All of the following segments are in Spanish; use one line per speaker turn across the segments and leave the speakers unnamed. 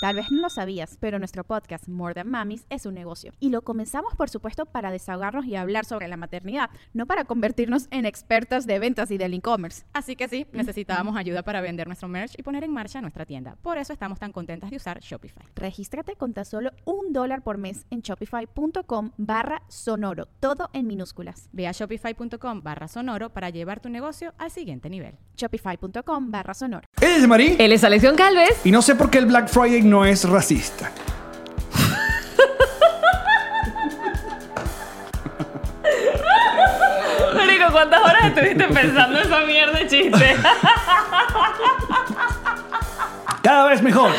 Tal vez no lo sabías, pero nuestro podcast More Than Mamis es un negocio. Y lo comenzamos, por supuesto, para desahogarnos y hablar sobre la maternidad, no para convertirnos en expertas de ventas y del e-commerce.
Así que sí, necesitábamos ayuda para vender nuestro merch y poner en marcha nuestra tienda. Por eso estamos tan contentas de usar Shopify.
Regístrate con tan solo un dólar por mes en shopify.com barra sonoro, todo en minúsculas.
Ve a shopify.com barra sonoro para llevar tu negocio al siguiente nivel.
Shopify.com barra sonoro.
Ella es Marí.
Él es Alexión Calves.
Y no sé por qué el Black Friday no es racista.
Marico, ¿cuántas horas estuviste pensando esa mierda de chiste?
Cada vez mejor.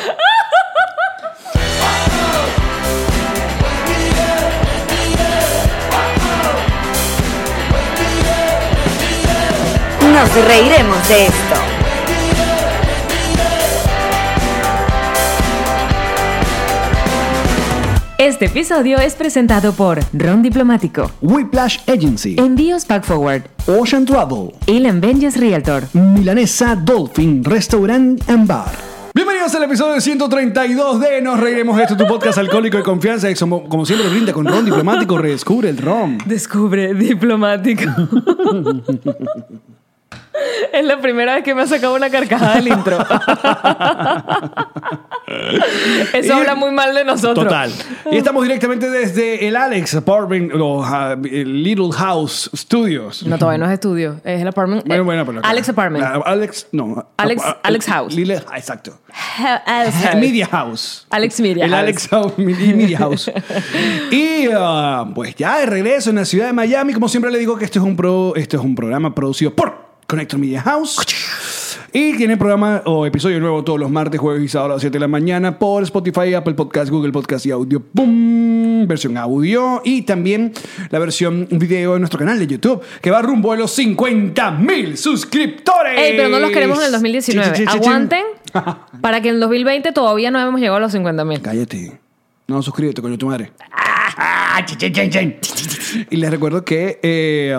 Nos reiremos de esto.
Este episodio es presentado por Ron Diplomático,
Whiplash Agency.
Envíos Pack Forward,
Ocean Travel.
Elan Benjes Realtor.
Milanesa Dolphin Restaurant and Bar. Bienvenidos al episodio 132 de Nos Reiremos de Esto, tu podcast alcohólico de confianza. que Como, como siempre brinda con Ron Diplomático, redescubre el Ron.
Descubre Diplomático. Es la primera vez que me ha sacado una carcajada del intro.
Y-
Eso habla muy mal de nosotros.
Total. Y estamos directamente desde el Alex Apartment, los ah, el Little House Studios.
No, todavía no es estudio. Es el apartment.
Bueno, bueno, pero acá.
Alex Apartment.
La- Alex, no.
Alex-
Ah,
Alex House.
Little- ah, exacto.
Alex House.
Media House.
Alex Media
El
House.
Alex House, Media Media House. y ah, pues ya de regreso en la ciudad de Miami. Como siempre le digo que esto es un, pro, esto es un programa producido por Connector Media House. Y tiene programa o episodio nuevo todos los martes, jueves y sábados a las 7 de la mañana por Spotify, Apple Podcast, Google Podcast y Audio. ¡Pum! Versión audio. Y también la versión video de nuestro canal de YouTube que va rumbo a los 50 mil suscriptores.
Ey, pero no los queremos en el 2019.
Chin, chin, chin, chin, chin.
Aguanten para que en 2020 todavía no hemos llegado a los 50 mil.
Cállate. No, suscríbete, coño, tu madre. Ah, chin, chin, chin, chin. Y les recuerdo que eh,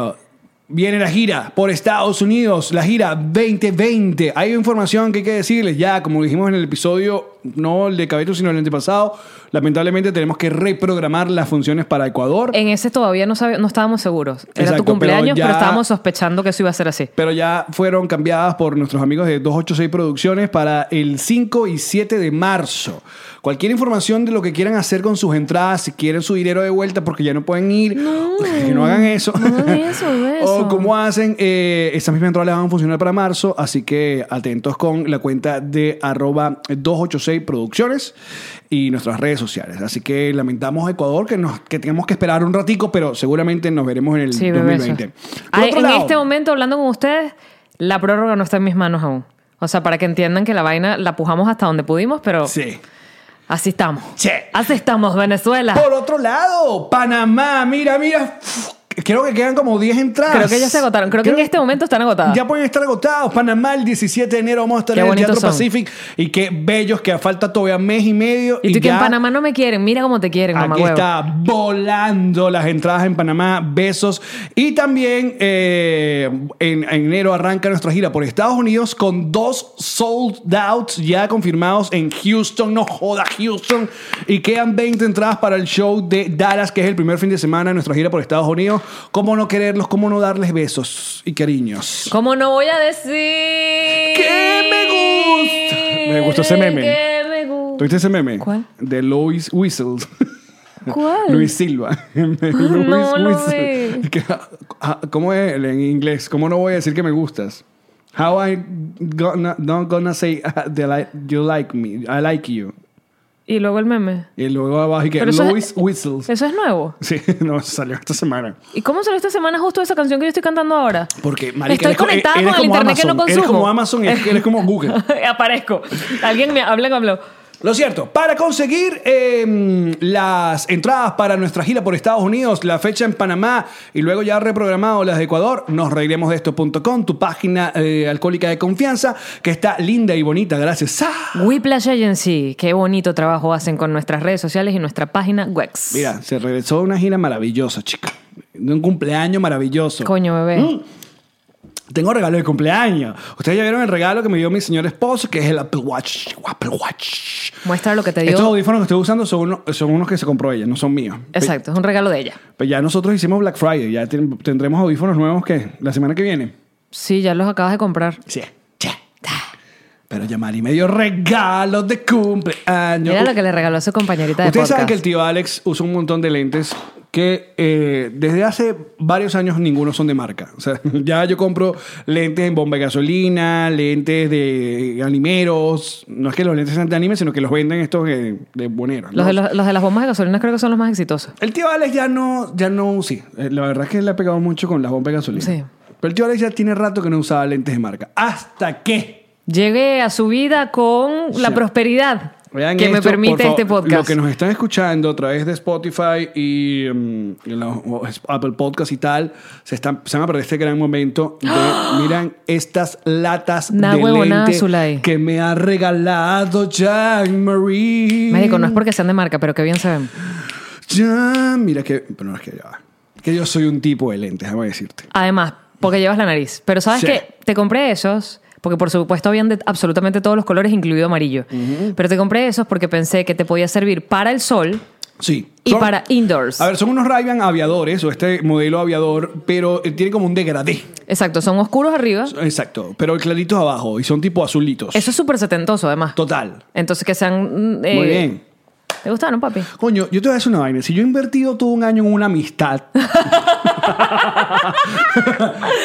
viene la gira por Estados Unidos, la gira 2020. Hay información que hay que decirles ya, como dijimos en el episodio, no el de Cabeto, sino el antepasado. Lamentablemente tenemos que reprogramar las funciones para Ecuador.
En ese todavía no, sabe- no estábamos seguros. Era
Exacto,
tu cumpleaños,
pero
pero,
ya-
estábamos sospechando que eso iba a ser así.
Pero ya fueron cambiadas por nuestros amigos de 286 Producciones para el 5 y 7 de marzo. Cualquier información de lo que quieran hacer con sus entradas, si quieren su dinero de vuelta porque ya no pueden ir, que no hagan eso.
no hagan eso,
o
eso.
cómo hacen, eh, esas mismas entradas van a funcionar para marzo, así que atentos con la cuenta de arroba 286 Producciones y nuestras redes sociales. Así que lamentamos Ecuador que, nos, que tenemos que esperar un ratico, pero seguramente nos veremos en el
Sí, bebé.
2020.
eso.
Por
Ay,
otro
en
lado-
este momento, hablando con ustedes, la prórroga no está en mis manos aún. O sea, para que entiendan que la vaina la pujamos hasta donde pudimos, pero
Sí.
así estamos.
Sí.
Así estamos, Venezuela.
Por otro lado, Panamá, mira, mira. Creo que quedan como 10 entradas.
Creo que ya se agotaron. Creo, que en este momento están agotadas.
Ya pueden estar agotados. Panamá, el 17 de enero vamos a estar
Qué
en el
bonitos
Teatro
son.
Pacific. Y qué bellos, que falta todavía mes y medio.
y tú que
ya
en Panamá no me quieren. Mira cómo te quieren, mamá
Aquí está volando las entradas en Panamá. Besos. Y también eh, en, en enero arranca nuestra gira por Estados Unidos con dos sold outs ya confirmados en Houston. No joda, Houston. Y quedan 20 entradas para el show de Dallas, que es el primer fin de semana de nuestra gira por Estados Unidos. ¿Cómo no quererlos? ¿Cómo no darles besos y cariños?
¿Cómo no voy a decir? Que
me gusta. Me gustó ese meme.
Que me gusta.
¿Tuviste ese meme?
¿Cuál?
De Louis Whistles.
¿Cuál?
Luis Silva. Luis
Ah, no lo
Wilson.
vi.
Que, ah, ¿Cómo es el en inglés? ¿Cómo no voy a decir que me gustas? How I gonna, not gonna say ah, that I- you like me, I like you.
Y luego el meme.
Y luego abajo y que
Pero eso
Louis
es-
Whistles.
Eso es nuevo.
Sí, no, salió esta semana.
¿Y cómo salió esta semana justo esa canción que yo estoy cantando ahora?
Porque, marica,
Estoy
eres co-
conectada
eres
con el
como
internet que no
Amazon.
consumo.
Eres como Amazon y eres- eres como Google.
Aparezco. Alguien me habla conmigo.
Lo cierto, para conseguir eh, las entradas para nuestra gira por Estados Unidos, la fecha en Panamá y luego ya reprogramado las de Ecuador, nos reiremos de esto.com, tu página eh, alcohólica de confianza, que está linda y bonita, gracias. ¡Ah!
Whiplash Agency. Qué bonito trabajo hacen con nuestras redes sociales y nuestra página Wex.
Mira, se regresó una gira maravillosa, chica. De Un cumpleaños maravilloso.
Coño, bebé.
Tengo regalo de cumpleaños. Ustedes ya vieron el regalo que me dio mi señor esposo, que es el Apple Watch. Apple Watch.
Muestra lo que te dio.
Estos audífonos que estoy usando son, uno- son unos que se compró ella, no son míos.
Exacto, es un regalo de ella.
Pues ya nosotros hicimos Black Friday, ya ten- tendremos audífonos nuevos que la semana que viene.
Sí, ya los acabas de comprar.
Sí. sí. Pero Yamari me dio regalos de cumpleaños.
Mira lo que le regaló a su compañerita de
Ustedes
podcast.
saben que el tío Alex usa un montón de lentes que eh, desde hace varios años ninguno son de marca. O sea, ya yo compro lentes en bomba de gasolina, lentes de animeros. No es que los lentes sean de anime, sino que los venden estos eh, de boneros. ¿no?
los, de los, los de las bombas de gasolina creo que son los más exitosos.
El tío Alex ya no, ya no, sí. Eh, La verdad es que le ha pegado mucho con las bombas de gasolina.
Sí.
Pero el tío Alex ya tiene rato que no usaba lentes de marca. ¿Hasta qué?
Llegué a su vida con la
Sí.
prosperidad
Vean
que me
esto, por
permite
favor.
este podcast.
Lo que nos están escuchando a través de Spotify y mm, y los- o Apple Podcast y tal, se, están, se van a perder este gran momento de, miran estas latas
Nah,
de
huevonada,
lente
Zulay.
que me ha regalado Jean Marie.
Médico, no es porque sean de marca, pero qué bien se ven.
Jean, mira que, pero no es que ya va. Que yo soy un tipo de lentes, déjame decirte.
Además, porque llevas la nariz. Pero sabes
Sí.
que te compré esos, porque por supuesto habían de absolutamente todos los colores, incluido amarillo. Pero te compré esos porque pensé que te podía servir para el sol
Sí.
y
Son-
para indoors.
A ver, son unos ray aviadores o este modelo aviador, pero eh, tiene como un degradé.
Exacto, son oscuros arriba.
Exacto, pero claritos abajo y son tipo azulitos.
Eso es súper setentoso, además.
Total.
Entonces que sean... mm, eh,
Muy bien.
¿Te gustaron, papi?
Coño, yo te voy a decir una vaina. Si yo he invertido todo un año en una amistad,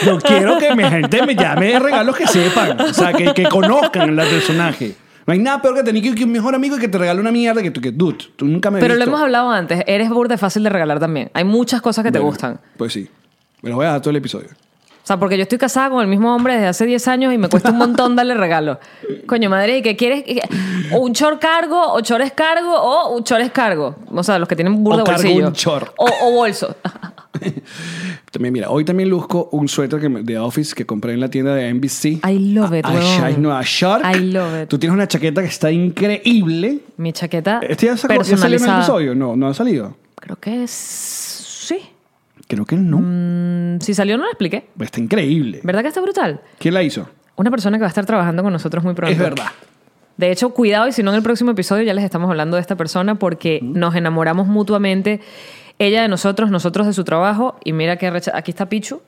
yo quiero que mi gente me llame de regalos que sepan. O sea, que, que conozcan al personaje. No hay nada peor que tener que que un mejor amigo y que te regale una mierda que tú, que dude, tú nunca me
Pero
lo
lo hemos hablado antes, eres burda fácil de regalar también. Hay muchas cosas que te gustan.
Pues sí. Me los voy a dar todo el episodio.
O sea, porque yo estoy casada con el mismo hombre desde hace 10 años y me cuesta un montón darle regalo. Coño, madre, ¿y qué quieres? ¿Y qué? ¿O un chor cargo, o chores cargo, o un chores cargo? O sea, los que tienen burda
O cargo
bolsillo.
un chor.
O, o bolso.
También, mira, hoy también luzco un suéter que me- de Office que compré en la tienda de NBC.
I love it,
A-
weón.
Allá en Nueva York.
I love it.
Tú tienes una chaqueta que está increíble.
Mi chaqueta
¿Este ya, sacó, ya salió en el
personalizada.
episodio? No, no ha salido.
Creo que es... sí.
Creo que no. Pues
Mm, Si salió no lo expliqué.
Está increíble.
¿Verdad que está brutal?
¿Quién la hizo?
Una persona que va a estar trabajando con nosotros muy pronto.
Es verdad.
De hecho, cuidado, y si no en el próximo episodio ya les estamos hablando de esta persona porque nos enamoramos mutuamente. Ella de nosotros, nosotros de su trabajo. Y mira que recha- aquí está Pichu.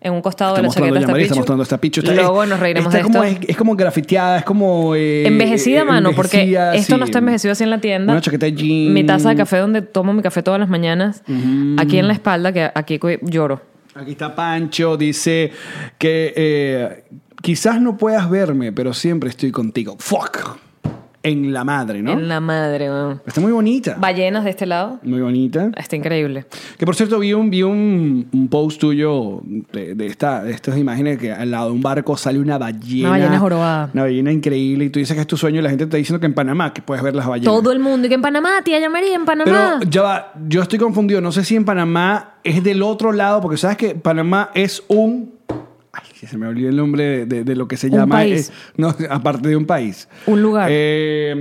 En un costado
Está
de la
mostrando
chaqueta está
Yamari,
Pichu.
está mostrando esta picho. Está-
Luego
es-
nos reiremos
está
de
como,
esto.
Es, es como grafiteada, es como... eh,
Envejecida,
eh,
mano, porque
envejecida,
esto
sí.
no está envejecido así en la tienda.
Una chaqueta de jean.
Mi taza de café donde tomo mi café todas las mañanas. Aquí en la espalda, que aquí cu- lloro.
Aquí está Pancho, dice que eh, quizás no puedas verme, pero siempre estoy contigo. Fuck. En la madre, ¿no?
En la madre, weón.
Está muy bonita.
Ballenas de este lado.
Muy bonita.
Está increíble.
Que por cierto, vi un, vi un, un post tuyo de, de esta, de estas imágenes que al lado de un barco sale una ballena.
Una ballena jorobada.
Una ballena increíble. Y tú dices que es tu sueño y la gente te está diciendo que en Panamá que puedes ver las ballenas.
Todo el mundo. Y que en Panamá, tía Yamari, en Panamá.
Pero ya va, yo estoy confundido. No sé si en Panamá es del otro lado, porque sabes que Panamá es un. Ay, se me olvidó el nombre de, de- de lo que se
Un
llama.
país.
es- no, aparte de un país.
Un lugar.
Eh,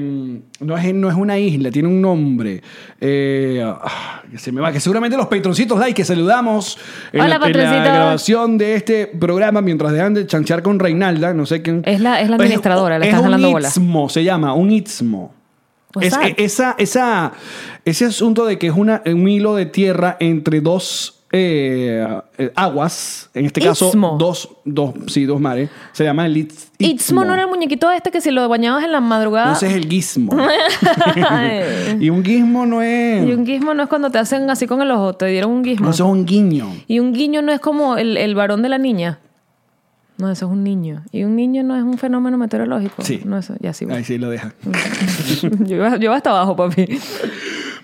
no, es, no es una isla, tiene un nombre. Eh, ah, que se me va, que seguramente los patroncitos like que saludamos en,
Hola,
la, en la
patroncitos.
grabación de este programa mientras dejan de chanchar con Reinalda. No sé quién. Pues
Es la- es la administradora, le
es
estás
un
jalando bola.
istmo, se llama, un istmo.
What's
Es-
that?
e- esa, esa, ese asunto de que es una, un hilo de tierra entre dos eh, eh, aguas, en este caso
Istmo.
dos, dos, sí, dos mares, se llama el itz-
Itzmo no era el muñequito este que si lo bañabas en la madrugada.
Entonces es el guismo.
Ay.
y un guismo no es.
Y un guismo no es cuando te hacen así con el ojo, te dieron un guismo.
No, eso es un guiño.
Y un guiño no es como el, el varón de la niña. No, eso es un niño. Y un niño no es un fenómeno meteorológico.
Sí.
No, eso, ya sí. bueno.
Ahí sí lo deja.
yo, iba, yo iba hasta abajo, papi.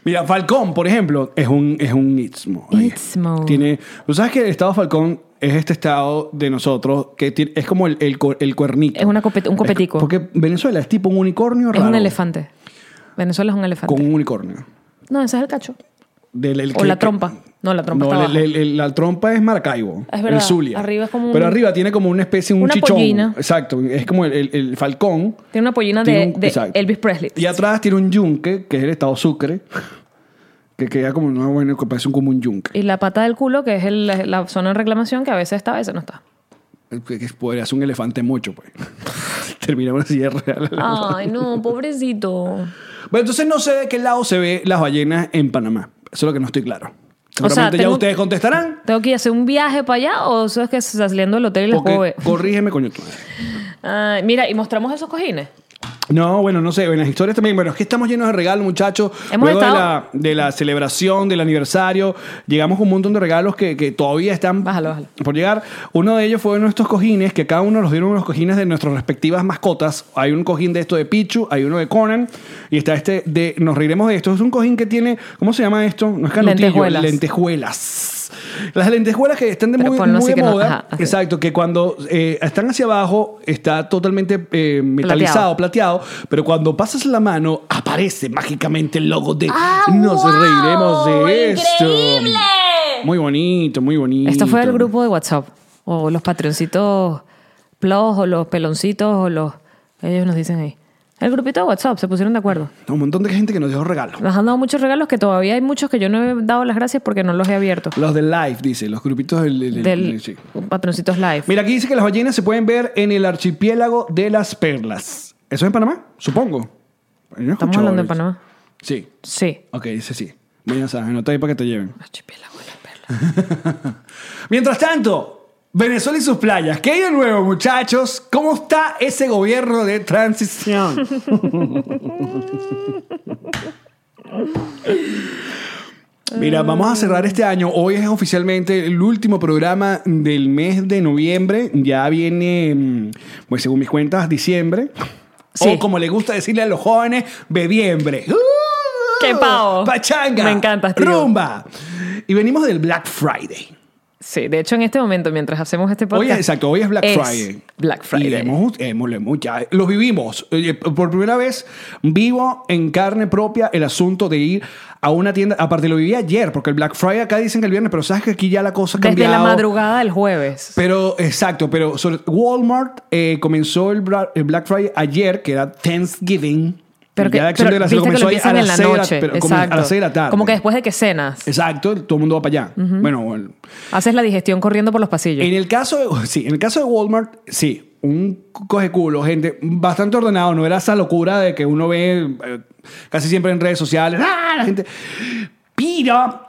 Mira, Falcón, por ejemplo, es un, es un istmo. Ahí.
Istmo.
Tiene, Tú sabes que el estado Falcón es este estado de nosotros que tiene- es como el, el, cu- el cuernito.
Es una copet- un copetico.
Es- porque Venezuela es tipo un unicornio
Es
raro.
un elefante. Venezuela es un elefante.
Con un unicornio.
No, ese es el cacho.
Del- el
O
que-
la trompa. No, la trompa
No,
está
el- el- el- la trompa es Maracaibo.
Es verdad.
El Zulia.
Arriba es como un-
Pero arriba tiene como una especie, un
Una
chichón.
pollina.
Exacto. Es como el, el- el falcón.
Tiene una pollina
Tiene
de,
un-
de
exacto.
Elvis Presley.
Y atrás tiene un yunque, que es el estado Sucre. Que queda como una buena, que parece como un yunque.
Y la pata del culo, que es el- la zona de reclamación, que a veces está, a veces no está.
Que que podría ser un elefante mucho, pues. Termina una silla real.
Ay, no, pobrecito.
Bueno, entonces no sé de qué lado se ve las ballenas en Panamá. Eso es lo que no estoy claro.
O sea,
Seguramente ya
tengo-
ustedes contestarán.
¿Tengo que ir a hacer un viaje para allá o eso es que eh. estás saliendo del hotel y las puedo
Porque,
ver?
corrígeme, coño tú.
Ay, Ah, mira, y mostramos esos cojines.
No, bueno, no sé, en las historias también. Bueno, es que estamos llenos de regalos, muchachos.
Hemos
Luego de, la,
estado-
de la celebración, del aniversario, llegamos con un montón de regalos que, que todavía están
Bájalo, bájalo.
por llegar. Uno de ellos fue nuestros cojines, que cada uno nos dieron unos cojines de nuestras respectivas mascotas. Hay un cojín de esto de Pichu, hay uno de Conan, y está este de Nos Reiremos de Esto. Es un cojín que tiene, ¿cómo se llama esto? No es canutillo,
Lentejuelas.
lentejuelas. Las lentejuelas que están de
Pero
muy,
ponlo
muy
así
de
que no-
moda.
ajá, así.
Exacto, que cuando eh, están hacia abajo está totalmente eh, metalizado, plateado. pero cuando pasas la mano aparece mágicamente el logo de
Ah,
Nos reiremos de esto. ¡Increíble! Muy bonito, muy bonito.
Esto fue el grupo de WhatsApp. O los patroncitos plus, o los peloncitos, o los. Ellos nos dicen ahí. El grupito de WhatsApp, se pusieron de acuerdo.
Un montón de gente que nos dejó regalos.
Nos han dado muchos regalos que todavía hay muchos que yo no he dado las gracias porque no los he abierto.
Los del live, dice, los grupitos del... del- del-
Del
sí.
Patroncitos Live.
Mira, aquí dice que las ballenas se pueden ver en el archipiélago de las perlas. ¿Eso es en Panamá? Supongo. Yo no he
Estamos
escuchado
hablando de
eso.
Panamá.
Sí.
Sí.
Ok, dice sí. Voy a anota ahí para que te lleven.
Archipiélago de las perlas.
Mientras tanto, Venezuela y sus playas. ¿Qué hay de nuevo, muchachos? ¿Cómo está ese gobierno de transición? Mira, vamos a cerrar este año. Hoy es oficialmente el último programa del mes de noviembre. Ya viene, mm, pues según mis cuentas, diciembre.
Sí. ¡Uh!
O como le gusta decirle a los jóvenes, bebiembre.
¡Qué pavo!
¡Pachanga!
Me encantas, tío.
¡Rumba! Y venimos del Black Friday.
Sí, de hecho en este momento, mientras hacemos este podcast...
Hoy es, exacto, hoy es Black
es
Friday.
Black Friday.
Y lo hemos, eh, hemos- lo hemos ya- lo vivimos. Oye, Por primera vez vivo en carne propia el asunto de ir a una tienda. Aparte, lo viví ayer, porque el Black Friday acá dicen que el viernes, pero sabes que aquí ya la cosa ha
Desde la
cambiado.
madrugada del jueves.
Pero, exacto, pero sobre- Walmart eh, comenzó el, Bra- el Black Friday ayer, que era Thanksgiving.
Pero,
El
que,
Día de Acción
pero
de
viste
Gracias
que lo
comenzó ayer
empiezan en la
seis de
noche.
pero como
exacto.
a las 6 de la tarde.
Como que después de que cenas,
Exacto, todo el mundo va para allá. Bueno, bueno.
haces la digestión corriendo por los pasillos.
En el caso de, sí, en el caso de Walmart, sí, un coge culo, gente, bastante ordenado, no era esa locura de que uno ve eh, casi siempre en redes sociales, ¡ah! la gente pira.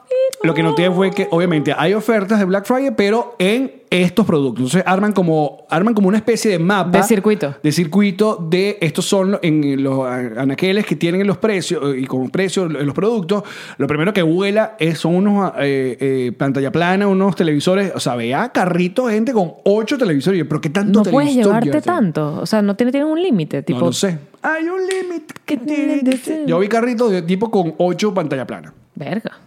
Lo que noté fue que obviamente hay ofertas de Black Friday, pero en estos productos. Entonces arman como arman como una especie de mapa
De circuito.
de circuito de estos son en los anaqueles que tienen los precios eh, y con precios en los productos. Lo primero que vuela es, son unos eh, eh, pantalla plana, unos televisores. O sea, vea carrito de gente con ocho televisores. Yo, ¿Pero qué tanto
no puedes
televisor
llevarte
llevas?
tanto. O sea, no tiene, tiene un límite.
No
Tipo,
lo sé. Hay un límite que tiene. que ser. Yo vi carritos de tipo con ocho pantalla plana.
Verga.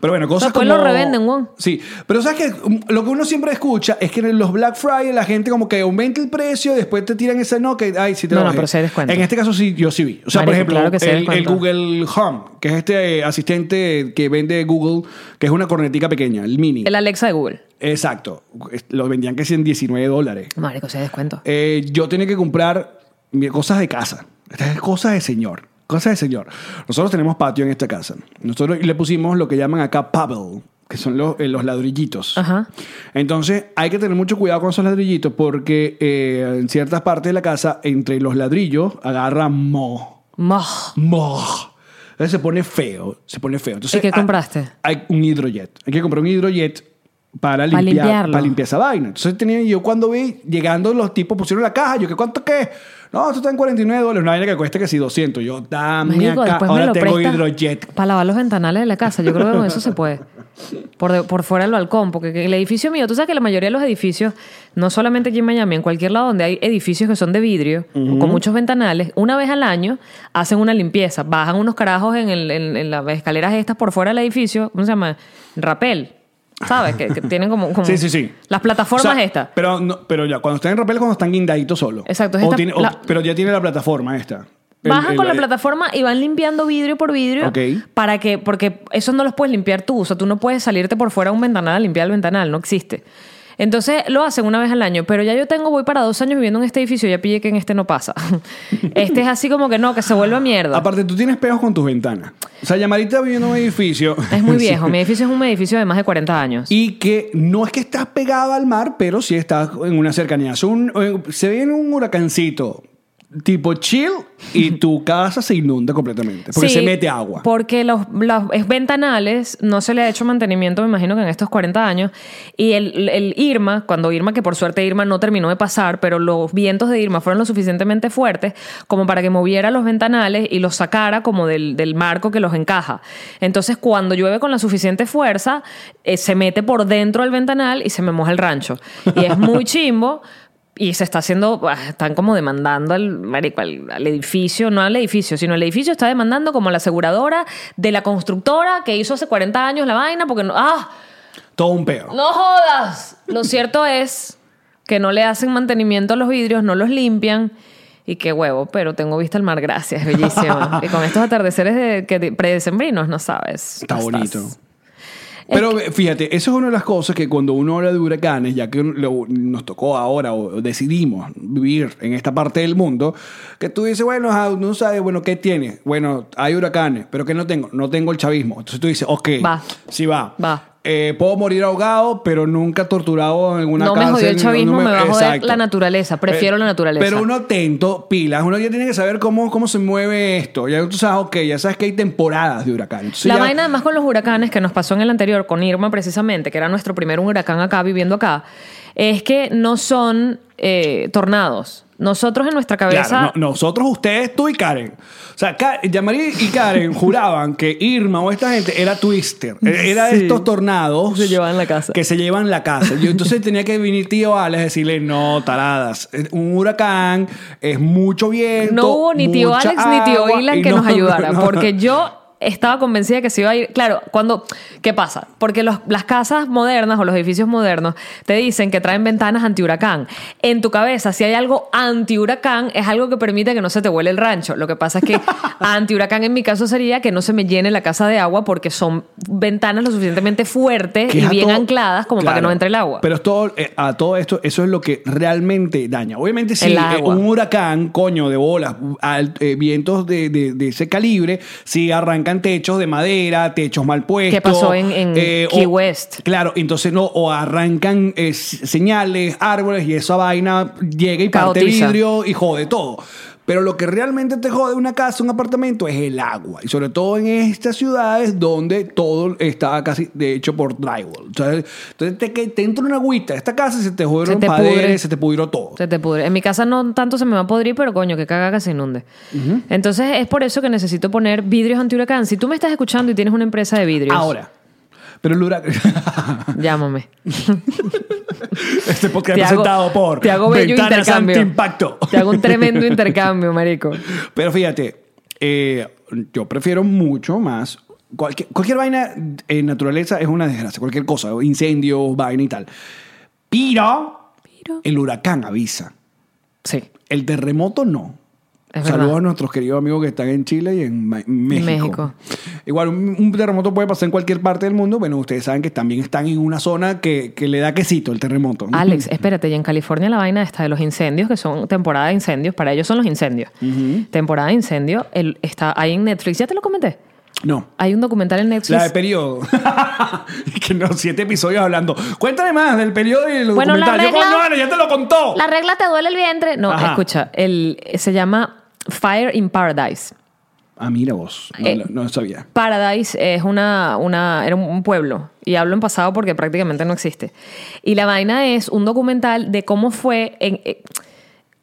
Pero bueno, cosas
Después
como...
lo revenden, weón.
Sí, pero sabes que um, lo que uno siempre escucha es que en los Black Friday la gente como que aumenta el precio y después te tiran ese no que ay, sí te lo
No, no,
bajé.
pero se descuenta.
En este caso sí yo sí vi. O sea,
Marico,
por ejemplo,
claro que se
el, el
descuenta.
Google Home, que es este eh, asistente que vende Google, que es una cornetica pequeña, el mini.
El Alexa de Google.
Exacto. Es- Lo vendían que sí en 19 dólares.
Marico, se descuento.
Eh, yo tenía que comprar mi- cosas de casa. Estas es cosas de señor. Cosas de señor. Nosotros tenemos patio en esta casa. Nosotros le pusimos lo que llaman acá pebble, que son los, eh, los ladrillitos.
Ajá.
Entonces hay que tener mucho cuidado con esos ladrillitos porque eh, en ciertas partes de la casa, entre los ladrillos, agarra moho.
Moj.
Moh. Entonces se pone feo, se pone feo. Entonces,
¿Y qué
hay-
compraste?
Hay, un hidrojet. Hay que comprar un hidrojet para
Pa'
limpiar,
limpiarlo.
para limpiar esa vaina. Entonces tenía, yo cuando vi llegando los tipos pusieron la caja, yo que cuánto que es? No, esto está en 49 dólares, una vaina que cuesta que si 200. Yo, dame
Marico,
acá,
después me
ahora
lo
tengo
presta
hidrojet.
Para lavar los ventanales de la casa. Yo creo que con eso se puede. Por, de- por fuera del balcón. Porque el edificio mío, tú sabes que la mayoría de los edificios, no solamente aquí en Miami, en cualquier lado donde hay edificios que son de vidrio, con muchos ventanales, una vez al año hacen una limpieza. Bajan unos carajos en, el- en- en las escaleras estas por fuera del edificio. ¿Cómo se llama? Rapel. ¿Sabes? Que, que tienen como, como-
Sí, sí, sí.
Las plataformas
O sea,
estas.
Pero, no- pero ya, cuando están en papel, cuando están guindaditos solo.
Exacto,
O
es esta-
tiene- o-
la-
pero ya tiene la plataforma esta. El-
Bajan
el-
con la
el-
plataforma y van limpiando vidrio por vidrio
Ok.
para que, porque esos no los puedes limpiar tú, o sea, tú no puedes salirte por fuera a un ventanal a limpiar el ventanal, no existe. Entonces lo hacen una vez al año, pero ya yo tengo, voy para dos años viviendo en este edificio, ya pillé que en este no pasa. este es así como que no, que se vuelve mierda.
Aparte, tú tienes peos con tus ventanas. O sea, Yamarita viviendo en un edificio.
Es muy viejo, mi edificio es un edificio de más de 40 años.
Y que no es que estás pegado al mar, pero sí estás en una cercanía. Es un- eh, se viene un huracancito tipo chill y tu casa se inunda completamente porque
Sí,
se mete agua.
Porque los, las- es ventanales no se le ha hecho mantenimiento, me imagino que en estos 40 años. Y el, el Irma, cuando Irma, que por suerte Irma no terminó de pasar, pero los vientos de Irma fueron lo suficientemente fuertes como para que moviera los ventanales y los sacara como del, del marco que los encaja. Entonces, cuando llueve con la suficiente fuerza, eh, se mete por dentro del ventanal y se me moja el rancho. Y es muy chimbo. Y se está haciendo, bah, están como demandando al, marico, al, al edificio, no al edificio, sino el edificio está demandando como a la aseguradora de la constructora que hizo hace 40 años la vaina, porque no, ¡ah!
Todo un peo.
¡No jodas! Lo cierto es que no le hacen mantenimiento a los vidrios, no los limpian. Y qué huevo, pero tengo vista al mar, gracias, bellísimo. y con estos atardeceres de, que de- predecembrinos, no sabes.
Está
no
bonito.
estás.
Pero eh, fíjate, eso es una de las cosas que cuando uno habla de huracanes, ya que lo- nos tocó ahora o decidimos vivir en esta parte del mundo, que tú dices, bueno, ah, no sabes, bueno, ¿qué tiene? Bueno, hay huracanes, pero ¿qué no tengo? No tengo el chavismo. Entonces tú dices, ok,
Va.
sí va.
Va.
Eh, puedo morir ahogado, pero nunca torturado en una
No me
cárcel.
jodió el chavismo, me va a joder
Exacto.
la naturaleza. Prefiero
Eh,
la naturaleza.
Pero uno atento, pilas, uno ya tiene que saber cómo, cómo se mueve esto. Ya tú sabes, ok, ya sabes que hay temporadas de huracanes. Entonces
la
ya-
vaina además con los huracanes que nos pasó en el anterior, con Irma precisamente, que era nuestro primer huracán acá viviendo acá, es que no son eh, tornados. Nosotros en nuestra cabeza...
Claro, no- nosotros, ustedes, tú y Karen. O sea, Ka- Yamari y Karen juraban que Irma o esta gente era Twister. E- Era de
Sí.
estos tornados.
Se llevaban la casa.
Que se llevan la casa. Yo entonces tenía que venir tío Alex a decirle, no, taradas. es Un huracán, es mucho viento.
No hubo ni tío
mucha
Alex ni tío
agua",
Ilan
y
que
no-
nos ayudara,
no.
porque yo estaba convencida que se iba a ir. Claro, cuando. ¿Qué pasa? Porque los- las casas modernas o los edificios modernos te dicen que traen ventanas anti-huracán. En tu cabeza, si hay algo anti-huracán, es algo que permite que no se te huele el rancho. Lo que pasa es que anti-huracán en mi caso sería que no se me llene la casa de agua porque son ventanas lo suficientemente fuertes
Que
y
es a
bien
todo-
ancladas como para que
Claro.
no entre el agua.
Pero es todo, eh, a todo esto, eso es lo que realmente daña. Obviamente, si
El
eh,
agua.
un huracán, coño, de bolas, al- eh, vientos de, de- de ese calibre, si arrancan techos de madera, techos mal puestos. eh,
¿Qué pasó en- en Key
o-
West?
Claro, entonces no, o arrancan eh, s- señales, árboles y esa vaina llega y parte
Caotiza.
vidrio y jode todo. Pero lo que realmente te jode una casa, un apartamento, es el agua. Y sobre todo en estas ciudades donde todo está casi, de hecho, por drywall. O sea, entonces te, que- te entra una agüita. Esta casa se te jodieron
Se te
paredes,
pudre.
se te pudrió todo.
Se te pudre. En mi casa no tanto se me va a podrir, pero coño, que caga que se inunde. Entonces es por eso que necesito poner vidrios antihuracán. Si tú me estás escuchando y tienes una empresa de vidrios,
Ahora. Pero el huracán...
llámame.
este podcast está presentado por
te hago bello
Ventanas
intercambio.
Antiimpacto.
Te hago un tremendo intercambio, marico.
Pero fíjate, eh, yo prefiero mucho más. Cualquier, cualquier vaina en naturaleza es una desgracia, cualquier cosa, incendios, vaina y tal. Pero, el huracán avisa,
Sí.
el terremoto no.
Es
Saludos
verdad.
a nuestros queridos amigos que están en Chile y en Ma- México.
México.
Igual, un, un terremoto puede pasar en cualquier parte del mundo. Bueno, ustedes saben que también están en una zona que, que le da quesito el terremoto.
Alex, espérate, y en California la vaina está de los incendios, que son temporada de incendios, para ellos son los incendios. Temporada de incendio, el, está ahí en Netflix, ya te lo comenté.
No.
Hay un documental en Netflix.
La de periodo. que no, siete episodios hablando. Cuéntame más del periodo y el
Bueno, la
documental. Yo,
regla-
coño, vale, ya te lo contó.
La regla te duele el vientre. No,
Ajá.
escucha, el, se llama Fire in Paradise.
Ah, mira vos. No,
Eh.
no- no sabía.
Paradise es una, una, era un pueblo. Y hablo en pasado porque prácticamente no existe. Y la vaina es un documental de cómo fue en- eh,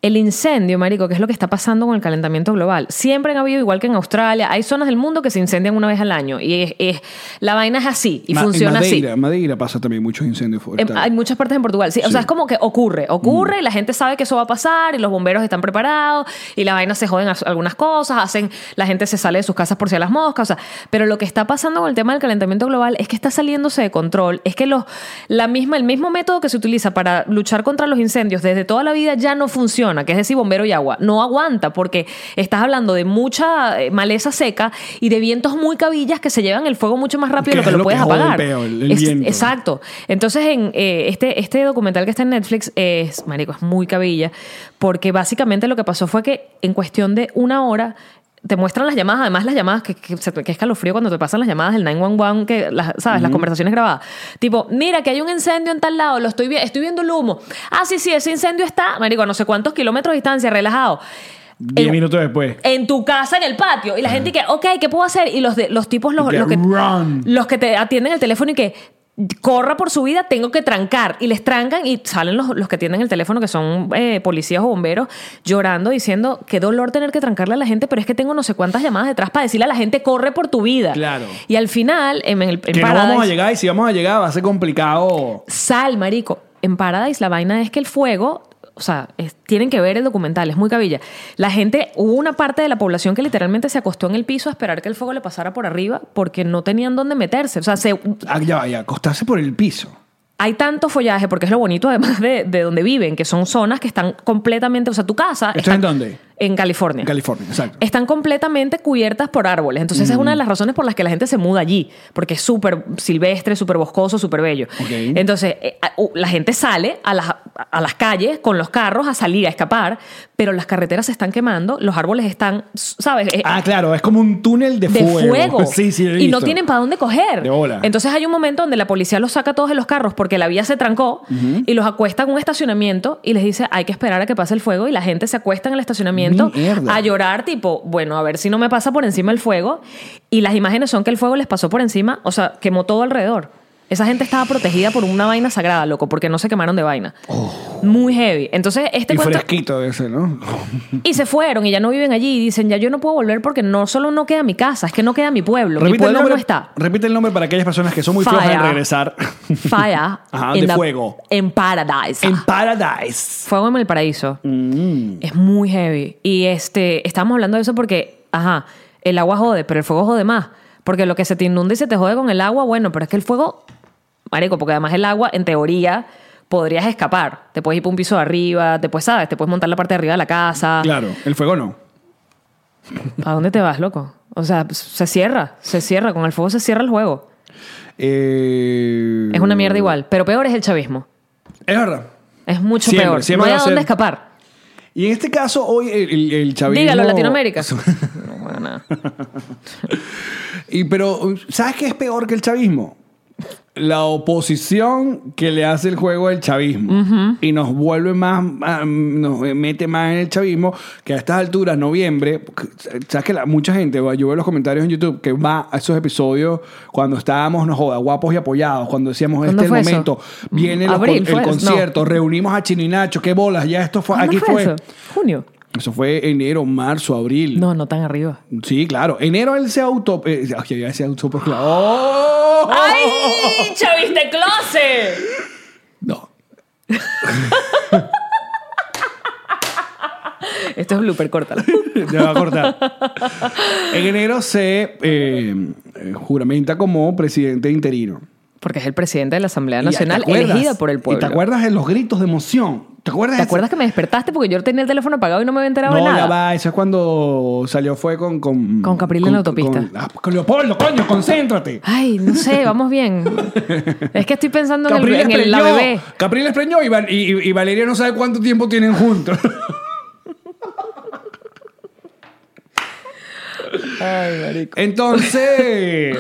el incendio, marico, que es lo que está pasando con el calentamiento global. Siempre han habido, igual que en Australia, hay zonas del mundo que se incendian una vez al año. Y es, es- la vaina es así y
Ma- en
funciona así. Eh,
Madeira, Madeira pasa también muchos incendios
En-
forestales.
hay muchas partes en Portugal, sí. O
Sí.
sea, es como que ocurre, ocurre, y la gente sabe que eso va a pasar, y los bomberos están preparados, y la vaina se joden as- algunas cosas, hacen, la gente se sale de sus casas por si a las moscas, o sea. Pero lo que está pasando con el tema del calentamiento global es que está saliéndose de control, es que los, la misma, el mismo método que se utiliza para luchar contra los incendios desde toda la vida ya no funciona funciona, que es decir, bombero y agua. No aguanta porque estás hablando de mucha eh, maleza seca y de vientos muy cabillas que se llevan el fuego mucho más
Que
rápido de lo
es
que lo,
lo que
puedes
jode
apagar.
peor, el
Es-
viento.
exacto. Entonces, en eh, este, este documental que está en Netflix es, marico, es muy cabilla porque básicamente lo que pasó fue que en cuestión de una hora te muestran las llamadas, además las llamadas, que, que, se- que escalofrío cuando te pasan las llamadas del 911, que las, ¿sabes? Las conversaciones grabadas. Tipo, mira que hay un incendio en tal lado, lo estoy, vi- estoy viendo el humo. Ah, sí, sí, ese incendio está, marico, a no sé cuántos kilómetros de distancia, relajado.
Diez
En-
minutos después.
en tu casa, en el patio. Y la gente que, ok, ¿qué puedo hacer? Y los, de, los tipos, los,
Y que,
los que,
"Run".
los que te atienden el teléfono y que corra por su vida, tengo que trancar. Y les trancan y salen los, los que atienden el teléfono, que son eh, policías o bomberos, llorando, diciendo, qué dolor tener que trancarle a la gente, pero es que tengo no sé cuántas llamadas detrás para decirle a la gente, corre por tu vida.
Claro.
Y al final, en, el... en
Que no
Paradise-
vamos a llegar y si vamos a llegar va a ser complicado.
Sal, marico. En Paradise la vaina es que el fuego, o sea, es- tienen que ver el documental, es muy cabilla. La gente, hubo una parte de la población que literalmente se acostó en el piso a esperar que el fuego le pasara por arriba porque no tenían dónde meterse. O sea, se-
Ah, ya va, ya, acostarse por el piso.
hay tanto follaje, porque es lo bonito además de, de donde viven, que son zonas que están completamente, o sea, tu casa...
¿Esto
está-
es en dónde?
En California
En California, exacto.
están completamente cubiertas por árboles. Entonces, esa es una de las razones por las que la gente se muda allí, porque es súper silvestre, súper boscoso, súper bello.
Ok.
Entonces, eh, a- u- la gente sale a las, a las calles con los carros a salir, a escapar, pero las carreteras se están quemando, los árboles están, ¿sabes? Eh,
Ah, claro, es como un túnel de,
de fuego.
sí, sí, lo he
y no
visto.
tienen para dónde coger.
De bola.
Entonces hay un momento donde la policía los saca a todos de los carros porque la vía se trancó y los acuesta en un estacionamiento y les dice hay que esperar a que pase el fuego y la gente se acuesta en el estacionamiento
Mierda.
a llorar tipo, bueno, a ver si no me pasa por encima el fuego. Y las imágenes son que el fuego les pasó por encima, o sea, quemó todo alrededor. Esa gente estaba protegida por una vaina sagrada, loco, porque no se quemaron de vaina. Muy heavy. Entonces,
Oh.
este
Y
cuento...
fresquito ese, ¿no?
Y se fueron y ya no viven allí y dicen, ya yo no puedo volver porque no solo no queda mi casa, es que no queda mi pueblo. mi
Repite el,
pueblo
nombre,
no está.
repite el nombre para aquellas personas que son muy flojas
Fire.
en regresar.
Fire.
Ajá,
in
de
the-
fuego.
En paradise.
En Mm. Paradise.
Fuego en el paraíso. Es muy heavy. Y este, estamos hablando de eso porque, ajá, el agua jode, pero el fuego jode más. Porque lo que se te inunda y se te jode con el agua, bueno, pero es que el fuego, marico, porque además el agua, en teoría, podrías escapar. Te puedes ir por un piso de arriba, te puedes, ¿sabes? Te puedes montar la parte de arriba de la casa.
Claro, el fuego no.
¿A dónde te vas, loco? O sea, se cierra, se cierra, con el fuego se cierra el juego.
Eh,
Es una mierda igual, pero peor es el chavismo.
Es verdad.
Es mucho
Siempre,
peor.
siempre
no
va
hay
a
a dónde
ser-
escapar.
Y en este caso, hoy el, el, el chavismo.
Dígalo, Latinoamérica. No, bueno, nada.
Y, pero, ¿sabes qué es peor que el chavismo? La oposición que le hace el juego al chavismo y nos vuelve más, ah, nos mete más en el chavismo que a estas alturas, noviembre, porque, sabes que la- mucha gente, va, yo veo los comentarios en YouTube que va a esos episodios cuando estábamos, no joda, guapos y apoyados, cuando decíamos
¿Cuándo
este es el
fue eso?
momento, viene los
Abril
con-
fue
el
eso,
concierto, reunimos a Chino y Nacho, qué bolas, ya esto fue,
¿Cuándo
aquí fue.
eso? ¿Junio?
Eso fue enero, marzo, abril.
No, no tan arriba.
Sí, claro. Enero él se auto. Eh, ay, ya iba a decir autoproclamó.
¡Ay, chaviste closet!
No.
Esto es blooper, córtalo.
Ya va a cortar. En enero se eh, eh, juramenta como presidente interino.
Porque es el presidente de la Asamblea
Y- ¿te
Nacional
acuerdas?
elegida por el
¿Y
pueblo.
te acuerdas de los gritos de emoción? ¿Te acuerdas?
¿Te acuerdas que me despertaste porque yo tenía el teléfono apagado y no me había enterado
No,
de
ya
nada?
va. Eso es cuando salió fue con... Con,
Con Capriles en la autopista.
Con, ah, con Leopoldo, coño, concéntrate.
Ay, no sé, vamos bien. es que estoy pensando Ah, en el,
Capriles
en el- la
preñó.
bebé.
Capriles preñó y, Val- y- y- y Valeria no sabe cuánto tiempo tienen juntos. Entonces,